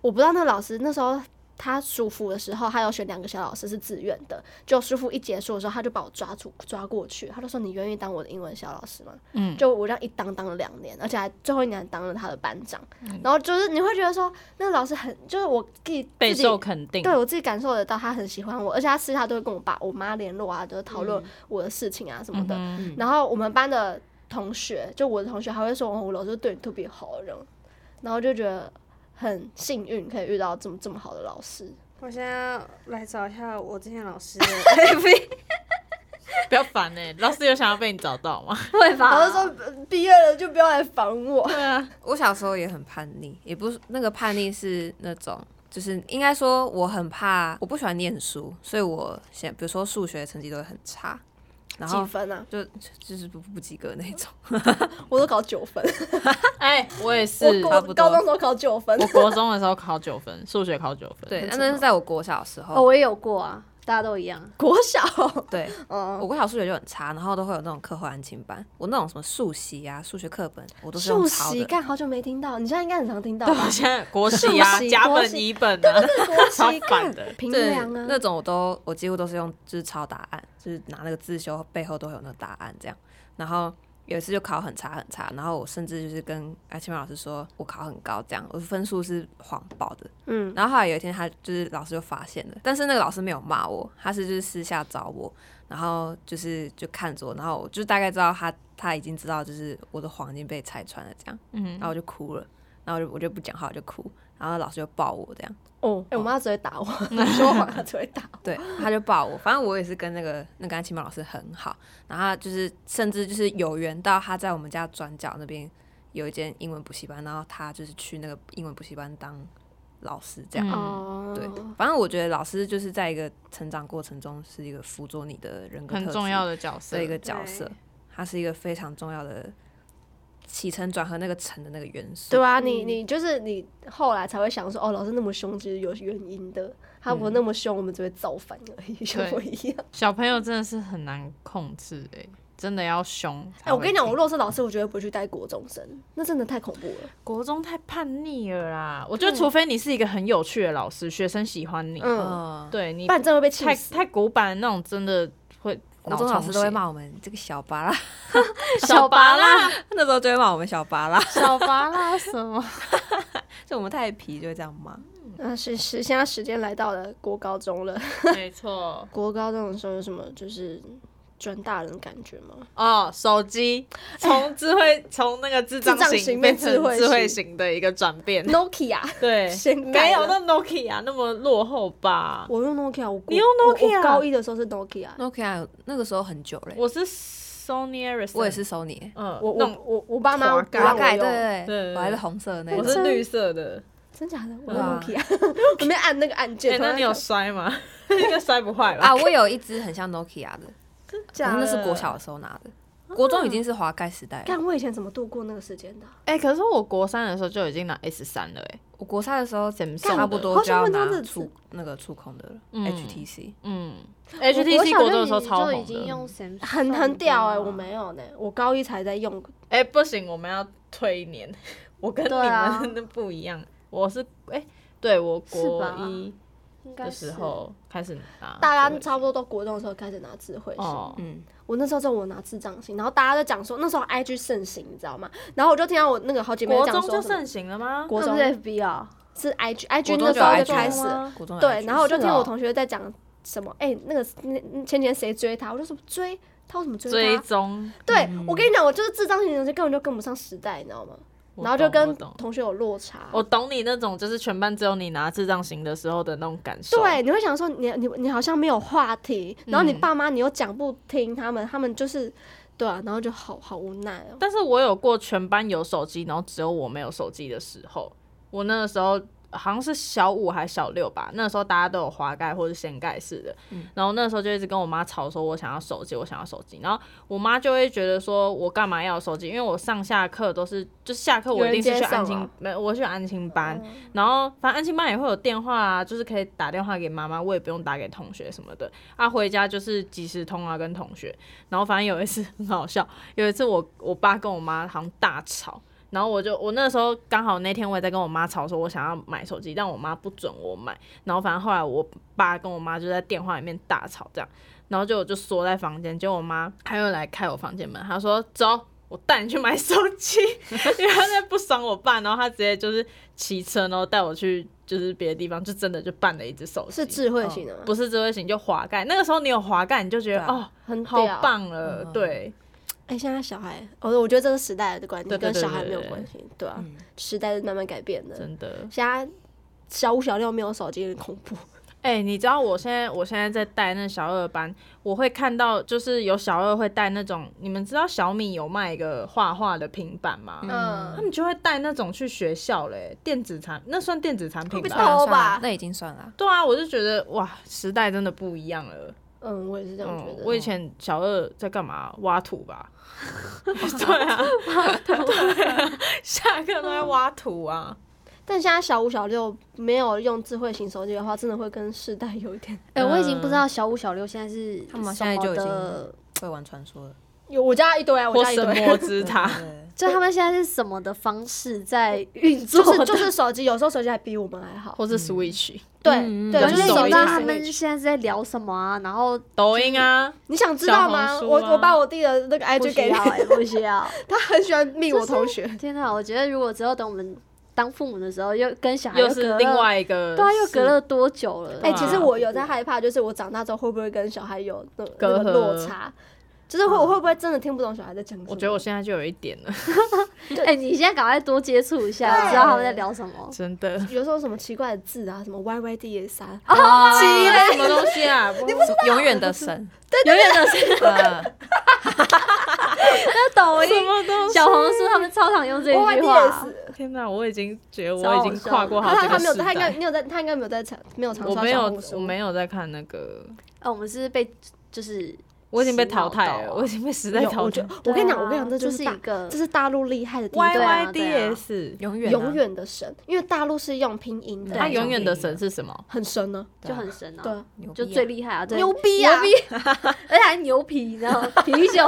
Speaker 2: 我不知道那个老师那时候。他舒服的时候，他有选两个小老师是自愿的。就舒服一结束的时候，他就把我抓住抓过去，他就说：“你愿意当我的英文小老师吗？”
Speaker 1: 嗯
Speaker 2: 就我这样一当当了两年，而且还最后一年还当了他的班长，
Speaker 1: 嗯
Speaker 2: 然后就是你会觉得说，那个老师很，就是我自己
Speaker 1: 备
Speaker 2: 自己
Speaker 1: 受肯定，
Speaker 2: 对我自己感受得到他很喜欢我，而且他私下都会跟我爸我妈联络啊，就是讨论我的事情啊什么的。
Speaker 1: 嗯
Speaker 2: 然后我们班的同学，就我的同学还会说，哦我老师对你特别好，这样，然后就觉得很幸运可以遇到这么这么好的老师。
Speaker 4: 我现在来找一下我之前老 师的 FB，
Speaker 1: 不要烦哎，老师有想要被你找到吗？
Speaker 4: 会吧？
Speaker 2: 老师说呃毕业了就不要来烦我，
Speaker 1: 对啊，
Speaker 3: 我小时候也很叛逆，也不是那个叛逆是那种，就是应该说我很怕，我不喜欢念书，所以我现比如说数学成绩都会很差，然
Speaker 2: 几
Speaker 3: 后
Speaker 2: 分啊？
Speaker 3: 就就是不不及格那一种。
Speaker 2: 我都考九分，
Speaker 1: 哎，我也是，
Speaker 2: 我高
Speaker 3: 差不多
Speaker 2: 高中时候考九分
Speaker 1: 我，国中的时候考九分，数学考九分，
Speaker 3: 对，
Speaker 2: 很
Speaker 3: 那
Speaker 2: 扯
Speaker 3: 那是在我国小的时
Speaker 4: 哦，
Speaker 3: 候，
Speaker 4: 我也有过啊，大家都一样。
Speaker 2: 国小，
Speaker 3: 对
Speaker 2: 嗯
Speaker 3: 我，国小数学就很差，然后都会有那种课后安亲班，我那种什么数习啊、数学课本，我都是用
Speaker 2: 数
Speaker 3: 抄
Speaker 2: 习
Speaker 3: 的。
Speaker 2: 干好久没听到，你现在应该很常听到
Speaker 1: 对
Speaker 2: 吧
Speaker 1: 我？现在国习啊
Speaker 2: 数，习
Speaker 1: 甲
Speaker 2: 国
Speaker 1: 本
Speaker 2: 习
Speaker 1: 乙本啊，
Speaker 2: 国
Speaker 1: 超
Speaker 2: 旗
Speaker 1: 反
Speaker 2: 看
Speaker 1: 的
Speaker 2: 平
Speaker 3: 对
Speaker 2: 凉啊，
Speaker 3: 那种我都我几乎都是用就是抄答案，就是拿那个自修背后都会有那个答案这样。然后有一次就考很差很差，然后我甚至就是跟艾青老师说我考很高这样，我分数是谎报的。
Speaker 2: 嗯，
Speaker 3: 然后后来有一天他就是老师就发现了，但是那个老师没有骂我，他是就是私下找我，然后就是就看着我，然后我就大概知道他他已经知道就是我的谎已经被拆穿了这样，
Speaker 1: 嗯
Speaker 3: 然，后我就哭了，然后我就我就不讲话我就哭，然后老师就抱我这样。
Speaker 2: 哦，哎、我妈只会打我， 说
Speaker 3: 哦
Speaker 2: 谎她只会打我。
Speaker 3: 对，他就抱我。反正我也是跟那个那个安琪玛老师很好，然后他就是甚至就是有缘到他在我们家转角那边有一间英文补习班，然后他就是去那个英文补习班当老师这样。
Speaker 1: 嗯
Speaker 2: 哦
Speaker 3: 对，反正我觉得老师就是在一个成长过程中是一个辅佐你的人格
Speaker 1: 很
Speaker 3: 特
Speaker 1: 重
Speaker 3: 质
Speaker 1: 要的角色
Speaker 3: 的一，个角色
Speaker 4: 对，
Speaker 3: 他是一个非常重要的起承转合那个承的那个元素。
Speaker 2: 对啊，
Speaker 1: 嗯
Speaker 2: 你你就是你后来才会想说，哦，老师那么凶，其实有原因的。他不那么凶，我们只会造反而已，像我一样。
Speaker 1: 小朋友真的是很难控制哎，真的要凶才会听。
Speaker 2: 哎、我跟你讲，我若是老师，我绝对不会去带国中生，那真的太恐怖了。
Speaker 1: 国中太叛逆了啦！我觉得除非你是一个很有趣的老师，学生喜欢你，
Speaker 2: 嗯，
Speaker 3: 嗯，
Speaker 1: 对你
Speaker 2: 不然真的会被气
Speaker 1: 太
Speaker 2: 死。
Speaker 1: 太古板那种，真的会
Speaker 3: 国中老师都会
Speaker 1: 脑
Speaker 3: 骂我们这个小巴拉，
Speaker 1: 小拔
Speaker 4: 啦，
Speaker 3: 那时候就会骂我们小巴拉，
Speaker 1: 充 血，小拔啦什么？
Speaker 3: 就我们太皮就会这样骂。
Speaker 2: 那啊是是，现在时间来到了国高中了。
Speaker 1: 没错，
Speaker 2: 国高中的时候有什么就是转大人的感觉吗？
Speaker 1: 哦，手机从智慧从那个智障
Speaker 2: 智障
Speaker 1: 型
Speaker 2: 型
Speaker 1: 变
Speaker 2: 变
Speaker 1: 成
Speaker 2: 智慧型
Speaker 1: 智慧型的一个转变，
Speaker 2: Nokia，
Speaker 1: 嗯对
Speaker 2: 先，改
Speaker 1: 没有那
Speaker 2: 了
Speaker 1: Nokia 那么落后吧？
Speaker 2: 我用 Nokia，我
Speaker 1: 你用
Speaker 2: 我我
Speaker 1: Nokia？啊
Speaker 2: 高一的时候是 Nokia，
Speaker 3: Nokia 那个时候很久嘞，
Speaker 1: 我是 Sony Ericsson，
Speaker 3: 我也，是 Sony，
Speaker 1: 嗯，
Speaker 2: 我
Speaker 1: 那
Speaker 2: 我
Speaker 1: 种
Speaker 2: 我我爸妈
Speaker 1: 滑
Speaker 2: 不
Speaker 1: 盖
Speaker 2: 让啊
Speaker 3: 大
Speaker 2: 我
Speaker 3: 概
Speaker 2: 用
Speaker 3: 对
Speaker 1: 对
Speaker 3: 对，我还是红色的那
Speaker 1: 我
Speaker 3: 个，
Speaker 1: 是绿色的。
Speaker 2: 真假的？我用
Speaker 3: 对啊
Speaker 2: Nokia，我 没按那个按
Speaker 1: 哎、
Speaker 2: 键。
Speaker 1: 那你有摔吗？ 应该摔不坏吧？
Speaker 3: 啊，我有一只很像 Nokia 的，可
Speaker 2: 假
Speaker 3: 是
Speaker 2: 的？
Speaker 3: 那是国小的时候拿的，国中已经是滑盖时代了。
Speaker 2: 啊干，我以前怎么度过那个时间的啊？
Speaker 1: 哎、可是我国三的时候就已经拿 S 三了、哎，
Speaker 3: 我国三的时候
Speaker 1: 怎么送的
Speaker 3: 差不多
Speaker 2: 好
Speaker 3: 就
Speaker 2: 想
Speaker 3: 要
Speaker 2: 问他
Speaker 3: 拿
Speaker 2: 这
Speaker 3: 触那个触控的了
Speaker 1: 嗯
Speaker 3: ，HTC。
Speaker 1: 嗯
Speaker 4: 我
Speaker 1: ，HTC
Speaker 4: 小
Speaker 1: 国中的
Speaker 4: 就
Speaker 1: 时候
Speaker 4: 已
Speaker 1: 超
Speaker 4: 就已
Speaker 1: 红
Speaker 4: 经
Speaker 1: 的。嗯
Speaker 4: 用 Samsung
Speaker 2: 很很屌哎、
Speaker 4: 的啊
Speaker 2: 我没有呢，我高一才在用。
Speaker 1: 哎、不行，我们要退一年。我跟你
Speaker 4: 对啊
Speaker 1: 们那不一样，我是哎、对我国一
Speaker 4: 应该
Speaker 1: 的时候开始拿，
Speaker 2: 大家差不多都国中的时候开始拿智慧型，
Speaker 1: 哦，
Speaker 3: 嗯，
Speaker 2: 我那时候就我拿智障型，然后大家都讲说那时候 IG 盛行，你知道吗？然后我就听到我那个好姐妹
Speaker 1: 国
Speaker 2: 讲
Speaker 1: 中
Speaker 2: 说
Speaker 1: 就
Speaker 2: 什么
Speaker 1: 盛行了吗？
Speaker 2: 国
Speaker 4: 那
Speaker 2: 中
Speaker 4: 不是 FB 啊，
Speaker 2: 是 IG，IG
Speaker 3: 国
Speaker 2: 那
Speaker 3: 中
Speaker 2: 时
Speaker 3: 就
Speaker 2: 候
Speaker 3: 有
Speaker 2: 就
Speaker 3: IG
Speaker 2: 开始
Speaker 1: 了
Speaker 2: 了，
Speaker 1: 吗
Speaker 3: 国中有
Speaker 2: 对，
Speaker 3: iPhone
Speaker 2: 然后我就听
Speaker 1: 是
Speaker 2: 我
Speaker 1: 哦
Speaker 2: 同学在讲什么，哎、那个那那前几天谁追他，我就说追他，为什么追
Speaker 1: 追嗯
Speaker 2: 他？
Speaker 1: 踪，
Speaker 2: 对、我跟你讲，我就是智障型的东西根本就跟不上时代，你知道吗？
Speaker 1: 我
Speaker 2: 然后就
Speaker 1: 懂
Speaker 2: 跟
Speaker 1: 我懂哦
Speaker 2: 同学有落差。
Speaker 1: 我懂你那种，就是全班只有你拿智障型的时候的那种感受。
Speaker 2: 对，你会想说你你你好像没有话题，
Speaker 1: 嗯
Speaker 2: 然后你爸妈你又讲不听他们，他们就是对啊，然后就好好无奈哦、
Speaker 1: 但是我有过全班有手机，然后只有我没有手机的时候，我那个时候好像是小五还小六吧，那时候大家都有滑盖或是掀盖式的，
Speaker 2: 嗯
Speaker 1: 然后那时候就一直跟我妈吵说，我想要手机，我想要手机，然后我妈就会觉得说我干嘛要手机，因为我上下课都是就下课我一定是
Speaker 2: 有人
Speaker 1: 去
Speaker 2: 接哦送
Speaker 1: 安
Speaker 2: 啊
Speaker 1: 亲，没有我去安亲班，然后反正安亲班也会有电话啊，就是可以打电话给妈妈，我也不用打给同学什么的，啊回家就是即时通啊跟同学，然后反正有一次很好笑，有一次我我爸跟我妈好像大吵，然后我就我那时候刚好那天我也在跟我妈吵，说我想要买手机，但我妈不准我买。然后反正后来我爸跟我妈就在电话里面大吵这样，然后就我就缩在房间，结果我妈她又来开我房间门，她说走。我带你去买手 机，因为她在不爽我爸，然后她直接就是骑车，然后带我去就是别的地方，就真的就办了一只手机，
Speaker 2: 是智慧型的吗？
Speaker 1: 哦不是智慧型就滑盖。那个时候你有滑盖，你就觉得、
Speaker 3: 对
Speaker 1: 哦，
Speaker 3: 啊
Speaker 2: 很
Speaker 1: 好
Speaker 2: 屌。
Speaker 1: 棒了，
Speaker 3: 嗯
Speaker 1: 对，
Speaker 2: 哎、现在小孩，我、哦、我觉得这个时代的关系
Speaker 1: 对对
Speaker 2: 跟
Speaker 1: 对
Speaker 2: 小孩
Speaker 1: 对
Speaker 2: 没有
Speaker 1: 对嗯
Speaker 2: 关系，对啊，时代是慢慢改变的。
Speaker 1: 真的。
Speaker 2: 现在小五小六没有手机有点恐 怖，
Speaker 1: 哎、你知道我现在我现在在带那小二班，我会看到就是有小二会带那种，你们知道小米有卖一个画画的平板吗？他
Speaker 2: 嗯，
Speaker 1: 们就会带那种去学校嘞、电子产那算电子产品
Speaker 2: 被
Speaker 3: 算了
Speaker 1: 吧？
Speaker 2: 偷
Speaker 3: 算了
Speaker 2: 吧
Speaker 3: 那已经算了。
Speaker 1: 对啊，我就觉得哇，时代真的不一样了。
Speaker 2: 嗯，我也是这样觉
Speaker 1: 嗯，
Speaker 2: 得。
Speaker 1: 我以前小二在干嘛？挖土 吧。对 啊，对啊，下课都在挖土啊。
Speaker 2: 但现在小五小六没有用智慧型手机的话，真的会跟世代有 一点。
Speaker 4: 哎、我已经不知道小五、小六现在是
Speaker 3: 他们
Speaker 4: 什
Speaker 3: 现在
Speaker 4: 么
Speaker 3: 就已经
Speaker 4: 的
Speaker 3: 会玩传说了，
Speaker 2: 有我家一堆啊，我
Speaker 1: 或
Speaker 2: 家一
Speaker 1: 神
Speaker 2: 堆。
Speaker 1: 魔之 塔。
Speaker 3: 对
Speaker 4: 就他们现在是什么的方式在运作
Speaker 2: 就
Speaker 4: 的？
Speaker 2: 是就是手机，有时候手机还比我们还好。
Speaker 1: 或是 Switch、
Speaker 2: 对、
Speaker 3: 嗯
Speaker 2: 对，
Speaker 1: 嗯就
Speaker 2: 就
Speaker 1: 是
Speaker 4: 你
Speaker 1: 手机
Speaker 4: 不知
Speaker 2: 手机
Speaker 4: 道
Speaker 1: 上
Speaker 4: 他
Speaker 2: 还
Speaker 4: 们
Speaker 2: 是
Speaker 4: 现在在聊什么啊？然后
Speaker 1: 抖音啊，
Speaker 2: 你想知道吗？
Speaker 1: 小红书啊
Speaker 2: 我我把我弟的那个
Speaker 1: 哎
Speaker 4: 不
Speaker 2: IG
Speaker 4: 需
Speaker 2: 给
Speaker 4: 要、
Speaker 2: 他，
Speaker 4: 欸，不需要。
Speaker 2: 他很喜欢 密我同学。
Speaker 4: 天哪，我觉得如果之后等我们当父母的时候，又跟小孩
Speaker 1: 又
Speaker 4: 隔
Speaker 1: 是
Speaker 4: 了
Speaker 1: 另外一个
Speaker 4: 对啊，又隔
Speaker 1: 世
Speaker 4: 了多久了？
Speaker 2: 哎、
Speaker 1: 哇
Speaker 2: 其实我有在害怕，就是我长大之后会不会跟小孩有那种
Speaker 1: 隔
Speaker 2: 那
Speaker 1: 阂
Speaker 2: 个落差？就是会我会不会真的听不懂小孩在讲什么？
Speaker 1: 我觉得我现在就有一点了，
Speaker 4: 哎、你现在赶快多接触一下，
Speaker 2: 对
Speaker 4: 知道他们在聊什么。
Speaker 1: 真的。
Speaker 2: 有时候什么奇怪的字啊，什么 Y Y D S 啊，
Speaker 1: 鸡什么东西啊？ 你不
Speaker 3: 永远 的神，
Speaker 1: 永远的是
Speaker 3: 呃，
Speaker 4: 那抖音
Speaker 1: 什、么东西？
Speaker 4: 小红书他们超常用这一
Speaker 2: Y Y
Speaker 4: 句
Speaker 2: D
Speaker 4: 话
Speaker 2: S，。
Speaker 1: 天哪，我已经觉得
Speaker 4: 超
Speaker 1: 我
Speaker 4: 好
Speaker 1: 已经跨过好
Speaker 2: 他
Speaker 1: 几
Speaker 2: 他
Speaker 1: 个
Speaker 2: 没有，
Speaker 1: 世
Speaker 2: 他应该
Speaker 1: 代。
Speaker 2: 没有在，他应该没有在常没有常
Speaker 1: 我
Speaker 2: 刷
Speaker 1: 没
Speaker 2: 小
Speaker 1: 有
Speaker 2: 红，
Speaker 1: 我
Speaker 2: 书。
Speaker 1: 没有在看那个，
Speaker 4: 哦，我们是被就是
Speaker 1: 我已经被淘
Speaker 4: 洗脑
Speaker 1: 汰
Speaker 4: 到
Speaker 1: 了，
Speaker 4: 啊
Speaker 1: 我已经被时代
Speaker 2: 有
Speaker 1: 淘
Speaker 2: 我
Speaker 1: 汰
Speaker 2: 觉。我跟你讲，
Speaker 4: 对啊
Speaker 2: 我跟你讲，这
Speaker 4: 就
Speaker 2: 就是是
Speaker 4: 一
Speaker 2: 大
Speaker 4: 个
Speaker 2: 这是大陆厉害 的地方，
Speaker 1: Y
Speaker 4: 对啊
Speaker 1: Y
Speaker 4: 对啊
Speaker 1: D S，
Speaker 3: 永远啊
Speaker 2: 永远的神，因为大陆是用拼音的，
Speaker 4: 对
Speaker 1: 它永远的
Speaker 3: 对
Speaker 1: 神是什么？
Speaker 2: 很神呢，
Speaker 4: 就很神啊，
Speaker 2: 对，
Speaker 3: 牛
Speaker 4: 就
Speaker 3: 逼啊
Speaker 4: 最厉害啊，最
Speaker 2: 牛逼啊
Speaker 4: 牛逼，而且还牛皮，你知道 吗？啤酒，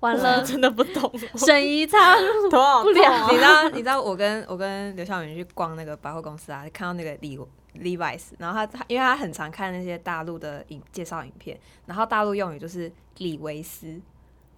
Speaker 4: 完了，
Speaker 1: 真的不懂，
Speaker 4: 沈怡仓，
Speaker 1: 头好
Speaker 4: 不
Speaker 1: 痛
Speaker 4: 了
Speaker 1: 啊。
Speaker 3: 你知道，你知道我跟我跟刘晓云去逛那个百货公司啊，看到那个李 Levi's，然后他他因为他很常看那些大陆的影介绍影片，然后大陆用语就是李维斯，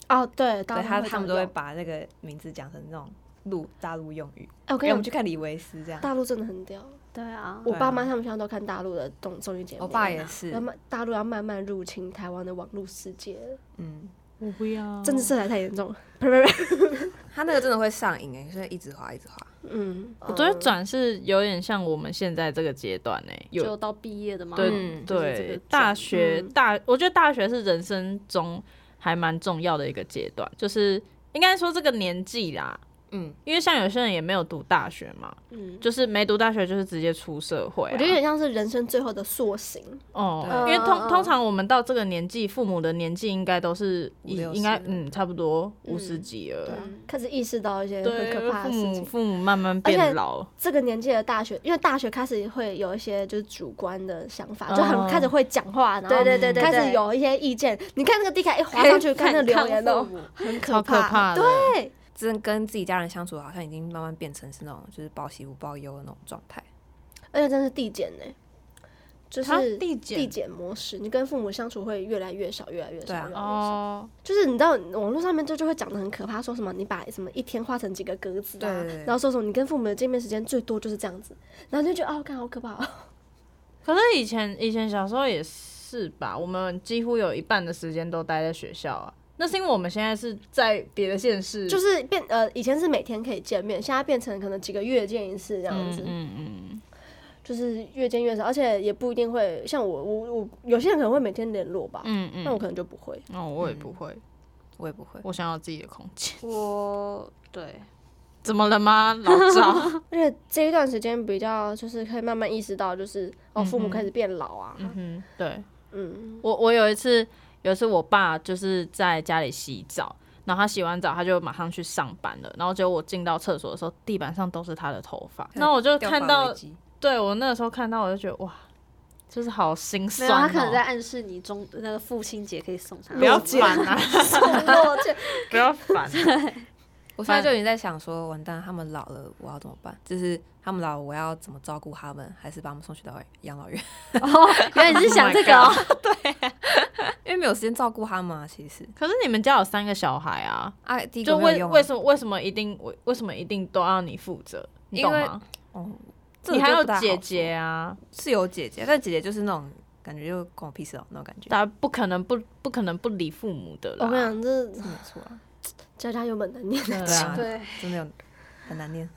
Speaker 2: 哦，对，大
Speaker 3: 对
Speaker 2: 陆
Speaker 3: 他
Speaker 2: 会
Speaker 3: 他们
Speaker 2: 这样
Speaker 3: 都会
Speaker 2: 用
Speaker 3: 把那个名字讲成那种陆大陆用语，
Speaker 2: 哎，我跟你
Speaker 3: 让我
Speaker 2: 讲，
Speaker 3: 们去看李维斯这样。
Speaker 2: 大陆真的很屌，
Speaker 4: 对啊，
Speaker 2: 我
Speaker 3: 对
Speaker 2: 爸
Speaker 3: 啊
Speaker 2: 妈他们现在都看大陆的综综艺节目，
Speaker 3: 我爸也是
Speaker 2: 要，慢大陆要慢慢入侵台湾的网络世界了，
Speaker 3: 嗯，
Speaker 1: 我不要，
Speaker 2: 政治色彩太严重了，呸呸呸，
Speaker 3: 他那个真的会上瘾哎，所以一直滑一直滑。
Speaker 2: 嗯，
Speaker 1: 我觉得
Speaker 2: 嗯
Speaker 1: 转是有点像我们现在这个阶段呢、有
Speaker 4: 就到毕业的嘛，
Speaker 1: 对、
Speaker 3: 嗯
Speaker 4: 就是这个
Speaker 1: 对，大
Speaker 4: 转
Speaker 1: 学、
Speaker 2: 嗯
Speaker 1: 大，我觉得大学是人生中还蛮重要的一个阶段，就是应该说这个年纪啦，
Speaker 3: 嗯，
Speaker 1: 因为像有些人也没有读大学嘛，
Speaker 4: 嗯，
Speaker 1: 就是没读大学就是直接出社会、啊，
Speaker 2: 我觉得有啊点像是人生最后的塑形，
Speaker 1: 哦
Speaker 3: 对，
Speaker 1: 因为
Speaker 4: 嗯嗯
Speaker 1: 通通
Speaker 4: 嗯
Speaker 1: 常我们到这个年纪，父母的年纪应该都是已
Speaker 3: 五六
Speaker 1: 应该
Speaker 3: 十了
Speaker 1: 嗯差不多五十
Speaker 4: 嗯
Speaker 1: 几了
Speaker 2: 对啊，，
Speaker 4: 嗯
Speaker 2: 开始意识到一些很可怕
Speaker 1: 父
Speaker 2: 的事
Speaker 1: 母
Speaker 2: 情。
Speaker 1: 父母慢慢
Speaker 2: 而且
Speaker 1: 变老，
Speaker 2: 这个年纪的大学，因为大学开始会有一些就是主观的想法，
Speaker 1: 哦
Speaker 2: 就很开始会讲话，然后
Speaker 4: 对对对对，
Speaker 2: 开
Speaker 4: 对哎
Speaker 2: 始有一些意见。你看那个 D 卡一滑上去，看那个留言
Speaker 4: 看
Speaker 2: 哦
Speaker 4: 父，母
Speaker 2: 很
Speaker 1: 超可怕的。
Speaker 2: 对，
Speaker 3: 真跟自己家人相处，好像已经慢慢变成是那种就是报喜不报忧的那种状态。
Speaker 2: 而且真是递减呢，就
Speaker 1: 啊
Speaker 2: 是
Speaker 1: 递减
Speaker 2: 递减模式。你跟父母相处会越来越少，越来越少，
Speaker 3: 对
Speaker 2: 越
Speaker 3: 啊
Speaker 2: 来越少。
Speaker 1: 哦，
Speaker 2: 就是你知道网络上面就就会讲的很可怕，说什么你把什么一天画成几个格子啊
Speaker 3: 对对，对
Speaker 2: 然后说什么你跟父母的见面时间最多就是这样子，然后你就觉得哦，看好可怕哦。
Speaker 1: 可是以前以前小时候也是吧，我们几乎有一半的时间都待在学校啊。那是因为我们现在是在别的县市，
Speaker 2: 就是变呃，以前是每天可以见面，现在变成可能几个月见一次这样
Speaker 1: 嗯
Speaker 2: 子，
Speaker 1: 嗯嗯，
Speaker 2: 就是越见越少，而且也不一定会像我我我有些人可能会每天联络吧，
Speaker 1: 嗯嗯，
Speaker 2: 那我可能就不会。
Speaker 1: 那哦我嗯也不会，
Speaker 3: 我也不会，
Speaker 1: 我想要自己的空间。
Speaker 4: 我对，
Speaker 1: 怎么了吗，老 赵？
Speaker 2: 而且这一段时间比较就是可以慢慢意识到，就是哦，父母开始变老啊，
Speaker 1: 嗯哼，对，
Speaker 2: 嗯，
Speaker 1: 我我有一次，有一次我爸就是在家里洗澡，然后他洗完澡他就马上去上班了，然后结果我进到厕所的时候，地板上都是他的头发，那我就
Speaker 3: 掉
Speaker 1: 看
Speaker 3: 发
Speaker 1: 到
Speaker 3: 危，机
Speaker 1: 对我那个时候看到我就觉得哇，就是好心
Speaker 4: 没
Speaker 1: 酸、
Speaker 4: 有，
Speaker 1: 哦。
Speaker 4: 他可能在暗示你中那个父亲节可以送他，
Speaker 1: 不要
Speaker 2: 落枕
Speaker 1: 烦啊，
Speaker 2: 落枕
Speaker 1: 不要烦、啊，
Speaker 3: 我现在就已经在想说，完蛋，他们老了，我要怎么办？就是他们老了，我要怎么照顾他们？还是把他们送去到养老院？
Speaker 4: 哦，原来你是想这个
Speaker 1: Oh
Speaker 4: 哦
Speaker 1: my，
Speaker 3: 因为没有时间照顾他们啊，其实
Speaker 1: 可是你们家有三个小孩啊，
Speaker 3: 啊，第一
Speaker 1: 就
Speaker 3: 个没有
Speaker 1: 为
Speaker 3: 用、啊
Speaker 1: 为，什么为什么为什么一定为为什么一定都要你负责？你懂
Speaker 3: 因为
Speaker 1: 吗？
Speaker 3: 哦，这个
Speaker 1: 你还
Speaker 3: 就
Speaker 1: 有
Speaker 3: 不大好
Speaker 1: 姐
Speaker 3: 说
Speaker 1: 姐啊，
Speaker 3: 是有姐姐，但姐姐就是那种感觉就关我屁事哦那种感觉，
Speaker 1: 大家不可能不不可能不理父母的啦。
Speaker 2: 我跟你讲，这
Speaker 3: 是没错啊，
Speaker 2: 家家有本难念的
Speaker 1: 对
Speaker 2: 经，
Speaker 1: 啊，
Speaker 4: 对，
Speaker 3: 真的有很难念。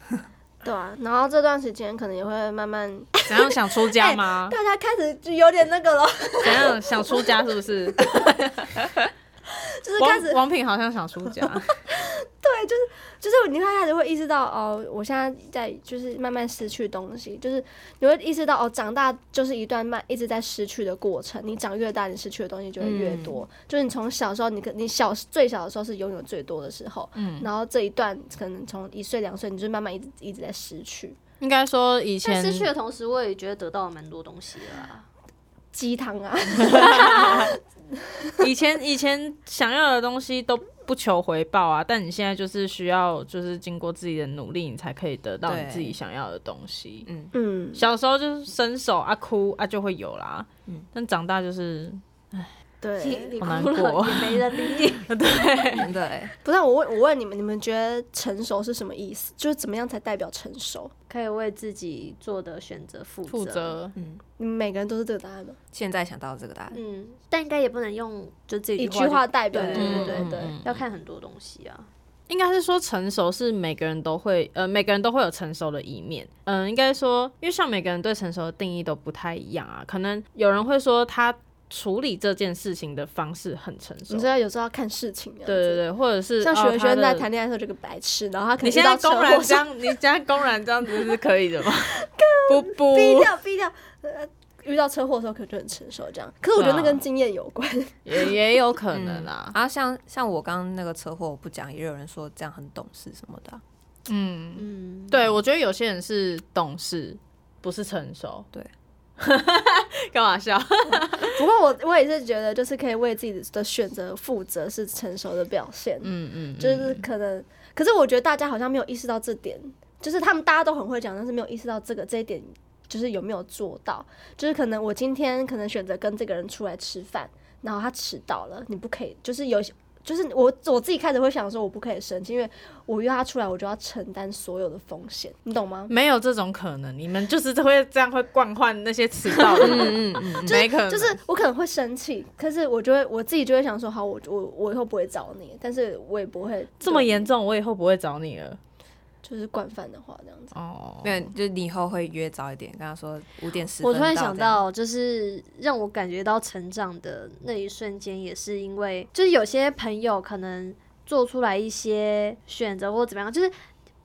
Speaker 2: 对啊。然后这段时间可能也会慢慢，
Speaker 1: 怎样想出家吗？
Speaker 2: 大家开始就有点那个了，
Speaker 1: 怎样想出家是不是？
Speaker 2: 就是开
Speaker 1: 王
Speaker 2: 始
Speaker 1: 王品好像想出家，
Speaker 2: 就是你会开始会意识到哦，我现在在就是慢慢失去东西，就是你会意识到哦，长大就是一段慢一直在失去的过程。你长越大，你失去的东西就会越多。就是你从小时候，你可你小最小的时候是拥有最多的时候，
Speaker 1: 嗯
Speaker 2: 然后这一段可能从一岁两岁，你就慢慢一直一直在失去。
Speaker 1: 应该说以
Speaker 4: 但
Speaker 1: 前
Speaker 4: 失去的同时，我也觉得得到了蛮多东西的啊啦。
Speaker 2: 鸡汤啊，
Speaker 1: 以前以前想要的东西都不求回报啊，但你现在就是需要就是经过自己的努力，你才可以得到你
Speaker 3: 对
Speaker 1: 自己想要的东西。
Speaker 3: 嗯，
Speaker 2: 嗯，
Speaker 1: 小时候就是伸手啊哭啊就会有啦，
Speaker 3: 嗯
Speaker 1: 但长大就是
Speaker 2: 对。
Speaker 4: 你
Speaker 1: 好难
Speaker 4: 哭了
Speaker 1: 过
Speaker 4: 也没人理 你，
Speaker 3: 真的欸
Speaker 2: 不是我问我问你们，你们觉得成熟是什么意思？就是怎么样才代表成熟？
Speaker 4: 可以为自己做的选择负 责。
Speaker 1: 负责。
Speaker 3: 嗯，
Speaker 2: 你们每个人都是这个答案吗？
Speaker 3: 现在想到这个答案，
Speaker 4: 嗯，但应该也不能用就这
Speaker 2: 一
Speaker 4: 句
Speaker 2: 句话
Speaker 4: 就
Speaker 2: 代表
Speaker 4: 对
Speaker 2: 你
Speaker 4: 对对
Speaker 1: 嗯
Speaker 4: 对
Speaker 1: 嗯嗯，
Speaker 4: 要看很多东西啊。
Speaker 1: 应该是说成熟是每个人都会，呃，每个人都会有成熟的一面。嗯，应该说，因为像每个人对成熟的定义都不太一样啊，可能有人会说他处理这件事情的方式很成熟
Speaker 2: 你知，道有时候要看事情，对
Speaker 1: 对对对，或者是
Speaker 2: 像
Speaker 1: 哦
Speaker 2: 许文轩
Speaker 1: 他
Speaker 2: 在
Speaker 1: 的
Speaker 2: 谈恋爱的时候就个白痴，然后他可
Speaker 1: 你
Speaker 2: 能遇
Speaker 1: 现
Speaker 2: 到
Speaker 1: 在
Speaker 2: 车
Speaker 1: 公
Speaker 2: 祸
Speaker 1: 然这
Speaker 2: 上
Speaker 1: 样，你现在公然这样子是可以的吗？不不，
Speaker 2: 逼掉逼掉，呃， 遇到车祸的时候可能就很成熟这样。可是我觉得那
Speaker 1: 对啊
Speaker 2: 跟经验有关，
Speaker 1: 也也有可
Speaker 2: 嗯
Speaker 1: 能啦。
Speaker 3: 啊，像像我刚刚那个车祸，我不讲，也有人说这样很懂事什么的啊、
Speaker 1: 嗯，
Speaker 4: 嗯，
Speaker 1: 对，我觉得有些人是懂事，不是成熟。
Speaker 3: 对，
Speaker 1: 干嘛笑？
Speaker 2: 不过我我也是觉得，就是可以为自己的选择负责是成熟的表现。
Speaker 1: 嗯嗯，
Speaker 2: 就是可能，可是我觉得大家好像没有意识到这点，就是他们大家都很会讲，但是没有意识到这个这一点，就是有没有做到？就是可能我今天可能选择跟这个人出来吃饭，然后他迟到了，你不可以，就是有一些。就是我我自己开始会想说，我不可以生气，因为我约他出来，我就要承担所有的风险，你懂吗？
Speaker 1: 没有这种可能，你们就是会这样会惯换那些迟到的人，
Speaker 3: 嗯嗯嗯，
Speaker 1: 没可能。
Speaker 2: 就是我可能会生气，可是我就会我自己就会想说，好，我我我以后不会找你，但是我也不会
Speaker 1: 这么，严重，我以后不会找你了。
Speaker 2: 就是惯犯的话这样子。
Speaker 1: 哦，
Speaker 3: 没有，就是你以后会约早一点，跟他说五点十分。
Speaker 4: 我突然想，到，就是让我感觉到成长的那一瞬间，也是因为就是有些朋友可能做出来一些选择或怎么样，就是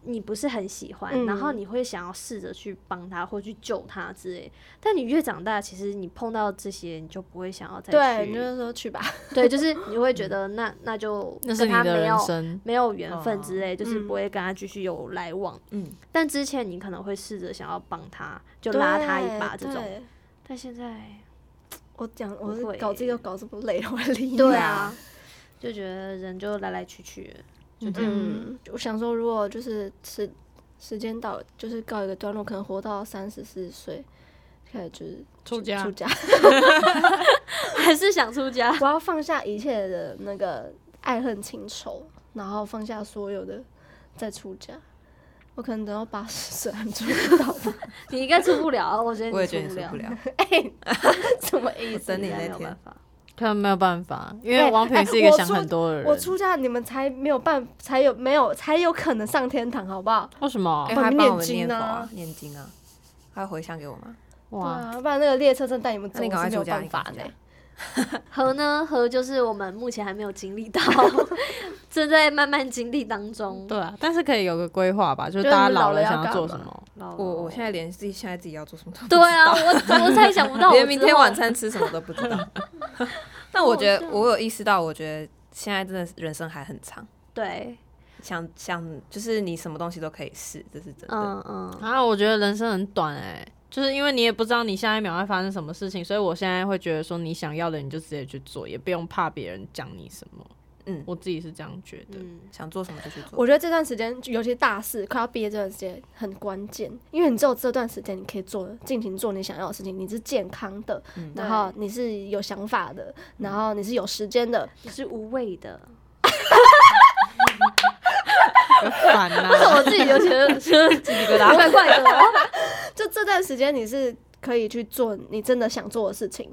Speaker 4: 你不是很喜欢，
Speaker 2: 嗯
Speaker 4: 然后你会想要试着去帮他或去救他之类。但你越长大，其实你碰到这些，你就不会想要再
Speaker 2: 对，
Speaker 4: 去
Speaker 2: 你就是说去吧，
Speaker 4: 对，就是你会觉得那那就
Speaker 1: 那是
Speaker 4: 跟
Speaker 1: 你
Speaker 4: 他
Speaker 1: 的
Speaker 4: 没
Speaker 1: 人
Speaker 4: 有
Speaker 1: 生。
Speaker 4: 没有缘分之类，就是
Speaker 2: 嗯
Speaker 4: 不会跟他继续有来往。
Speaker 3: 哦嗯，
Speaker 4: 但之前你可能会试着想要帮他，就拉他一把这
Speaker 2: 对
Speaker 4: 种，
Speaker 2: 对
Speaker 4: 但现在
Speaker 2: 我讲我
Speaker 4: 不
Speaker 2: 是
Speaker 4: 会
Speaker 2: 搞这个搞这么累，我还理你
Speaker 4: 对啊，就觉得人就来来去去， 就这样。
Speaker 2: 嗯，我想说，如果就是时时间到了，就是告一个段落，可能活到三十四岁，开始就是
Speaker 1: 出家
Speaker 2: 出 家，
Speaker 4: 还是想出家。
Speaker 2: 我要放下一切的那个爱恨情仇，然后放下所有的再出家。我可能等到八十岁还出不 到吧，
Speaker 4: 你应该出不了，我觉得
Speaker 3: 我也
Speaker 4: 出
Speaker 3: 觉得你受
Speaker 4: 了
Speaker 3: 不，了。
Speaker 2: 什么意
Speaker 3: 我
Speaker 2: 思？
Speaker 3: 等你
Speaker 4: 应该没
Speaker 3: 那
Speaker 4: 有
Speaker 3: 天
Speaker 4: 办，法。
Speaker 1: 可能没有办法，因
Speaker 2: 哎
Speaker 1: 为王
Speaker 2: 哎
Speaker 1: 品是一个
Speaker 2: 我
Speaker 1: 想
Speaker 2: 出
Speaker 1: 很多的人。
Speaker 2: 我出家，你们才没有办，才有没有才有可能上天堂，好不好？
Speaker 1: 为什么
Speaker 3: 因为
Speaker 2: 我
Speaker 3: 他
Speaker 2: 们
Speaker 3: 帮
Speaker 2: 念
Speaker 3: 我们
Speaker 2: 经
Speaker 3: 念佛
Speaker 2: 啊
Speaker 3: 啊，念经啊，他回向给我吗？
Speaker 2: 对
Speaker 1: 哇？
Speaker 2: 啊，不然那个列车真的带你们走，
Speaker 3: 那你赶
Speaker 2: 我是
Speaker 3: 快
Speaker 2: 没有
Speaker 3: 出家
Speaker 2: 办
Speaker 3: 你
Speaker 2: 法
Speaker 3: 赶快出
Speaker 2: 呢
Speaker 3: 家。
Speaker 4: 和呢，和就是我们目前还没有经历到， 正在慢慢经历当中。
Speaker 1: 对啊，但是可以有个规划吧，就是
Speaker 2: 就是
Speaker 1: 大家老
Speaker 2: 老了
Speaker 1: 了
Speaker 2: 要
Speaker 1: 想
Speaker 2: 干
Speaker 1: 做什
Speaker 2: 嘛
Speaker 1: 么。
Speaker 4: 我
Speaker 3: 我我现在连自己现在自己要做什么都不知
Speaker 4: 哦对
Speaker 3: 道
Speaker 4: 啊，我我才想不到，
Speaker 3: 连
Speaker 4: 我
Speaker 3: 明
Speaker 4: 之
Speaker 3: 天
Speaker 4: 后
Speaker 3: 晚餐吃什么都不知 道。但我觉得我有意识到，我觉得现在真的是人生还很长，
Speaker 4: 对，
Speaker 3: 想想就是你什么东西都可以试，这是真的。
Speaker 4: 嗯嗯，
Speaker 1: 啊，我觉得人生很短哎、就是因为你也不知道你下一秒会发生什么事情，所以我现在会觉得说你想要的你就直接去做，也不用怕别人讲你什么。
Speaker 3: 嗯
Speaker 1: 我自己是这样觉得。
Speaker 4: 嗯，
Speaker 3: 想做什么就去做。
Speaker 2: 我觉得这段时间，尤其大四快要毕业这段时间很关键，因为你只有这段时间你可以做尽情做你想要的事情，你是健康的，
Speaker 3: 嗯
Speaker 2: 然后你是有想法的，
Speaker 1: 嗯
Speaker 2: 然后你是有时间的。
Speaker 4: 你是无畏的。
Speaker 1: 烦啊呐、
Speaker 4: 我自己就觉 得就是鸡皮疙瘩，怪怪的。
Speaker 2: 就这段时间你是可以去做你真的想做的事情，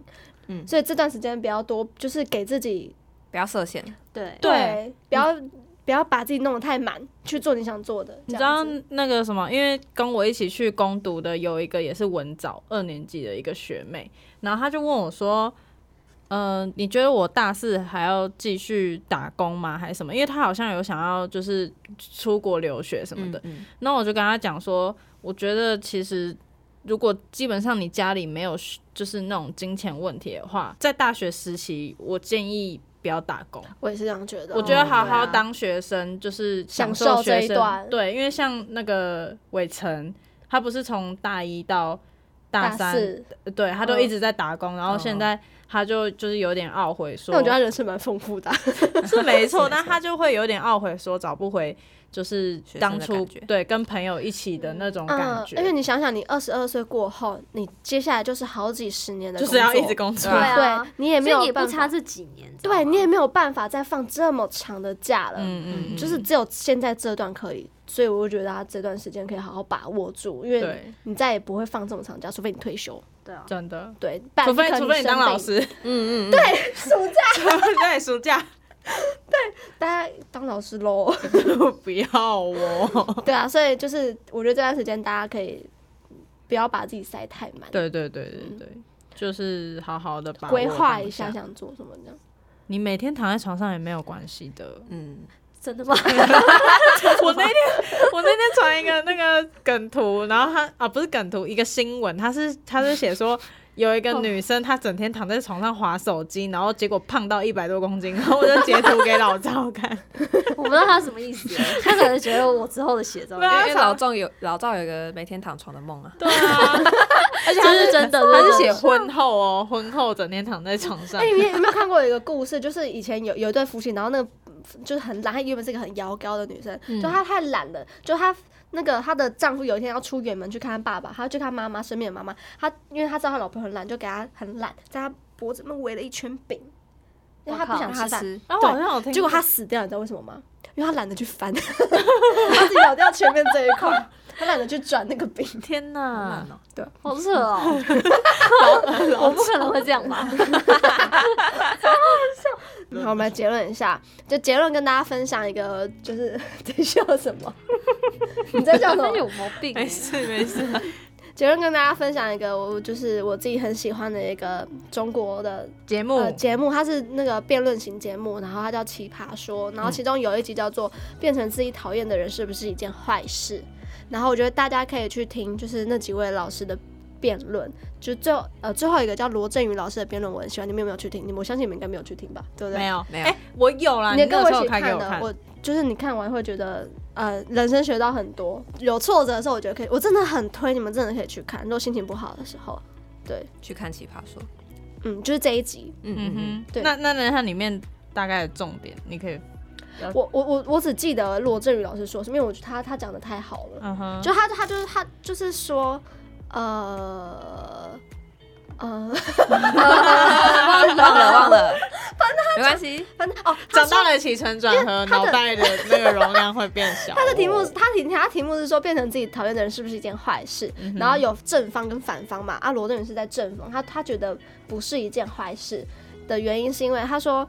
Speaker 3: 嗯
Speaker 2: 所以这段时间不要多，就是给自己
Speaker 3: 不要设限，
Speaker 4: 对，
Speaker 1: 对嗯
Speaker 2: 不要、不要把自己弄得太满，去做你想做的。
Speaker 1: 你
Speaker 2: 这
Speaker 1: 知道
Speaker 2: 样子
Speaker 1: 那个什么？因为跟我一起去攻读的有一个也是文藻二年级的一个学妹，然后她就问我说：“呃，你觉得我大四还要继续打工吗？还是什么？因为她好像有想要就是出国留学什么的。
Speaker 3: 嗯
Speaker 1: 那我就跟他讲说，我觉得其实如果基本上你家里没有就是那种金钱问题的话，在大学时期，我建议不要打工。
Speaker 2: 我也是这样觉得。哦
Speaker 1: 我觉得好
Speaker 4: 对啊
Speaker 1: 好当学生，就是享
Speaker 2: 享
Speaker 1: 受
Speaker 2: 受这
Speaker 1: 学
Speaker 2: 一
Speaker 1: 生
Speaker 2: 段
Speaker 1: 对，因为像那个伟成，他不是从大一到大三，
Speaker 2: 四，
Speaker 1: 呃对他都
Speaker 2: 嗯
Speaker 1: 一直在打工，然后现在他就就是有点懊悔说，
Speaker 2: 那我觉得他人生蛮丰富的啊、
Speaker 1: 是没错，但他就会有点懊悔说找不回。就是
Speaker 3: 学生的
Speaker 1: 当初
Speaker 3: 感觉
Speaker 1: 对跟朋友一起的那种感
Speaker 2: 嗯，
Speaker 1: 觉，
Speaker 2: 而且你想想，你二十二岁过后，你接下来 就是好几十年的
Speaker 1: 就
Speaker 2: 工
Speaker 1: 是
Speaker 2: 作，
Speaker 1: 要一直工作。
Speaker 3: 对
Speaker 2: 对,、
Speaker 3: 啊
Speaker 2: 你也没
Speaker 4: 所以
Speaker 2: 有
Speaker 4: 你也不
Speaker 2: 办
Speaker 4: 差
Speaker 2: 法，
Speaker 4: 这几年，知道
Speaker 2: 对
Speaker 4: 吗
Speaker 2: 你也没有办法再放这么长的假了。
Speaker 1: 嗯嗯，
Speaker 2: 就是只有现在这段可以，所以我就觉得他这段时间可以好好把握住，因为
Speaker 1: 对，
Speaker 2: 你再也不会放这么长假，除非你退休。
Speaker 4: 对啊，
Speaker 1: 真的。
Speaker 2: 对，不然
Speaker 1: 除非
Speaker 2: 可能
Speaker 1: 除非你
Speaker 2: 生
Speaker 1: 当老
Speaker 2: 病，
Speaker 1: 师，
Speaker 3: 嗯嗯，对，。
Speaker 1: 对，暑假
Speaker 2: 大家当老师喽。
Speaker 1: 不要哦。
Speaker 2: 对啊，所以就是我觉得这段时间大家可以不要把自己塞太满，
Speaker 1: 对对对对对，就是好好的把握
Speaker 2: 嗯规划一
Speaker 1: 当
Speaker 2: 下想做什么这样。
Speaker 1: 你每天躺在床上也没有关系的
Speaker 3: 嗯，
Speaker 4: 真的吗？
Speaker 1: 我那天我那天传一个那个梗图，然后他啊不是梗图，一个新闻，他是他是写说。有一个
Speaker 2: 哦
Speaker 1: 女生，她整天躺在床上划手机，然后结果胖到一百多公斤，然后我就截图给老赵看。
Speaker 4: 我不知道他什么意思， 他可能觉得我之后的写照
Speaker 1: 对啊
Speaker 3: 因为老赵有老赵有一个每天躺床的梦啊，
Speaker 1: 对啊，而且
Speaker 4: 这是真的，
Speaker 1: 他
Speaker 4: 这
Speaker 1: 是
Speaker 4: 真
Speaker 1: 写
Speaker 4: 的
Speaker 1: 婚后哦，婚后整天躺在床上
Speaker 2: 哎、。你有没有看过一个故事？就是以前有有一对夫妻，然后那个就是很懒，她原本是一个很妖娇的女生，就她太懒了，就她那个她的丈夫有一天要出远门去看她爸爸，她去看她妈妈身边的妈妈，她因为她知道她老婆很懒，就给她很懒，在她脖子那边围了一圈饼，因为她
Speaker 4: 我靠
Speaker 2: 不想
Speaker 3: 让
Speaker 2: 吃
Speaker 3: 他
Speaker 2: 饭，
Speaker 3: 吃。
Speaker 1: 然后我哦好像有听过，
Speaker 2: 结果她死掉，你知道为什么吗？因为她懒得去翻，她自己咬掉前面这一块，她懒得去转那个饼。
Speaker 1: 天
Speaker 3: 啊
Speaker 1: 哪，
Speaker 4: 好扯哦， 我不可能会这样 吧？
Speaker 2: 好，我们来结论一下，就结论跟大家分享一个，就是 在笑什么？你在笑什
Speaker 4: 真
Speaker 2: 么？
Speaker 4: 有毛病欸
Speaker 3: 哎
Speaker 1: 没，事没事，
Speaker 2: 结论跟大家分享一个，我就是我自己很喜欢的一个中国的
Speaker 1: 节目
Speaker 2: 呃节目，它是那个辩论型节目，然后它叫《奇葩说》，
Speaker 1: 嗯
Speaker 2: 然后其中有一集叫做“变成自己讨厌的人是不是一件坏事”，然后我觉得大家可以去听，就是那几位老师的。辩论就最后呃最后一个叫罗振宇老师的辩论，我很喜欢。你们有没有去听？你们我相信你们应该没有去听吧，对不对？
Speaker 1: 没有
Speaker 3: 没有
Speaker 1: 哎，我有啦，
Speaker 2: 你
Speaker 1: 那
Speaker 2: 跟
Speaker 1: 个
Speaker 2: 我
Speaker 1: 时
Speaker 2: 一
Speaker 1: 候
Speaker 2: 起
Speaker 1: 开给
Speaker 2: 看
Speaker 1: 我
Speaker 2: 的
Speaker 1: 看，，
Speaker 2: 我就是你看完会觉得，呃，人生学到很多。有挫折的时候，我觉得可以，我真的很推你们，真的可以去看。如果心情不好的时候，对，
Speaker 3: 去看奇葩说，
Speaker 2: 嗯，就是这一集。
Speaker 3: 嗯嗯嗯，
Speaker 1: 嗯哼，
Speaker 2: 对
Speaker 1: 那那那它里面大概的重点，你可以，
Speaker 2: 我我我我只记得罗振宇老师说什么，因为我觉得他他讲的太好了。
Speaker 1: 嗯哼，
Speaker 2: 就他他就是他就是说，呃呃，
Speaker 3: 嗯忘了忘 了，没关系，
Speaker 2: 反正哦，他
Speaker 1: 讲
Speaker 2: 说
Speaker 1: 到了起承转合，
Speaker 2: 他
Speaker 1: 脑
Speaker 2: 的
Speaker 1: 袋的那个容量会变小。
Speaker 2: 他的题目，他题他题目是说变成自己讨厌的人是不是一件坏事？
Speaker 1: 嗯
Speaker 2: 然后有正方跟反方嘛。啊，罗振宇是在正方，他他觉得不是一件坏事的原因是因为他说。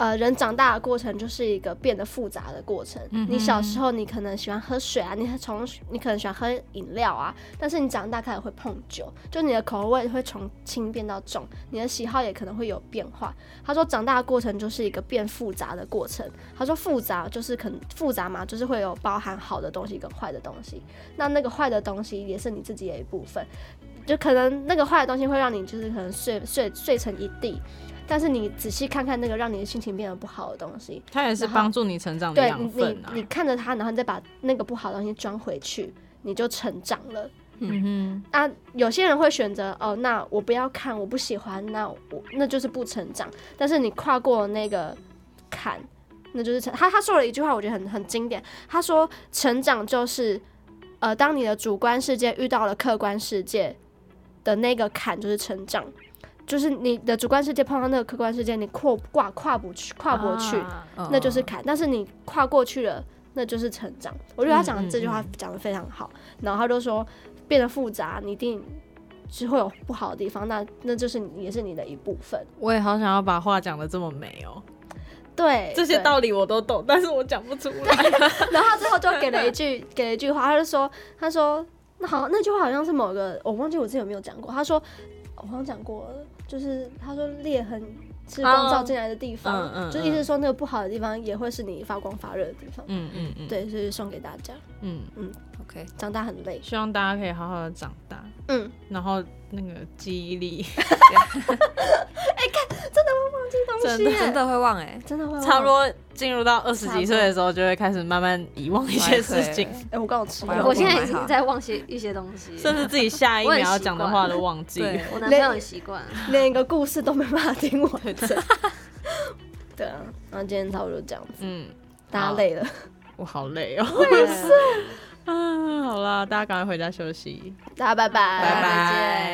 Speaker 2: 呃，人长大的过程就是一个变得复杂的过程。你小时候你可能喜欢喝水啊，你从你可能喜欢喝饮料啊，但是你长大开始会碰酒，就你的口味会从轻变到重，你的喜好也可能会有变化。他说长大的过程就是一个变复杂的过程。他说复杂就是可能复杂嘛，就是会有包含好的东西跟坏的东西。那那个坏的东西也是你自己的一部分，就可能那个坏的东西会让你就是可能碎碎碎成一地，但是你仔细看看那个让你的心情变得不好的东西，
Speaker 1: 它也是
Speaker 2: 然后
Speaker 1: 帮助你成长的
Speaker 2: 对
Speaker 1: 养
Speaker 2: 你
Speaker 1: 分
Speaker 2: 你
Speaker 1: 啊。
Speaker 2: 你看着它，然后你再把那个不好的东西装回去，你就成长了。
Speaker 1: 嗯
Speaker 2: 那有些人会选择哦，那我不要看，我不喜欢，那我那就是不成长。但是你跨过那个坎，那就是成。他他说了一句话，我觉得很很经典。他说，成长就是，呃，当你的主观世界遇到了客观世界的那个坎，就是成长。就是你的主观世界碰到那个客观世界，你跨跨跨不去，跨
Speaker 1: 哼，
Speaker 2: 不去，
Speaker 1: 啊
Speaker 3: 嗯
Speaker 2: 那就是坎。但是你跨过去了，那就是成长。我觉得他讲的这句话
Speaker 1: 嗯嗯
Speaker 2: 讲的非常好。然后他就说，变得复杂，你一定是会有不好的地方，那那就是你也是你的一部分。
Speaker 1: 我也好想要把话讲的这么美哦，
Speaker 2: 对，
Speaker 1: 这些
Speaker 2: 对
Speaker 1: 道理我都懂，但是我讲不出 来。
Speaker 2: 然后他最后就给了一 句给了一句话，他就说，他说那好，那句话好像是某个我忘记我之前有没有讲过，他说我好像讲过了，就是他说裂痕。是光照进来的地方
Speaker 1: 哦嗯嗯
Speaker 2: 就意思说那个不好的地方也会是你发光发热的地方。
Speaker 1: 嗯嗯嗯，
Speaker 2: 对，所以送给大家，
Speaker 1: 嗯，
Speaker 3: OK，
Speaker 2: 长大很累。
Speaker 1: 希望大家可以好好的长大，
Speaker 2: 嗯，
Speaker 1: 然后那个记忆力
Speaker 2: 东
Speaker 1: 真
Speaker 2: 西
Speaker 1: 的
Speaker 2: 耶
Speaker 3: 真的会忘哎，
Speaker 2: 真的会忘
Speaker 1: 差不。多进入到二十几岁
Speaker 2: 哦差不多
Speaker 1: 的时候，就会开始慢慢遗忘一些事情，
Speaker 2: 哎、我刚好吃
Speaker 3: 完了
Speaker 2: 过
Speaker 4: 我现在已经在忘些一些东西了，
Speaker 1: 甚至自己下一秒要讲的话都忘记。
Speaker 3: 对，
Speaker 4: 我男朋友很习惯。
Speaker 2: 连一个故事都没办法听完整。 对啊，然后今天差不多就这样子，
Speaker 1: 嗯，
Speaker 2: 大家累了。
Speaker 1: 我好累哦。
Speaker 2: 我也是。
Speaker 1: 啊，好啦，大家赶快回家休息。
Speaker 2: 大家拜拜，
Speaker 1: 拜
Speaker 3: 拜
Speaker 1: 拜。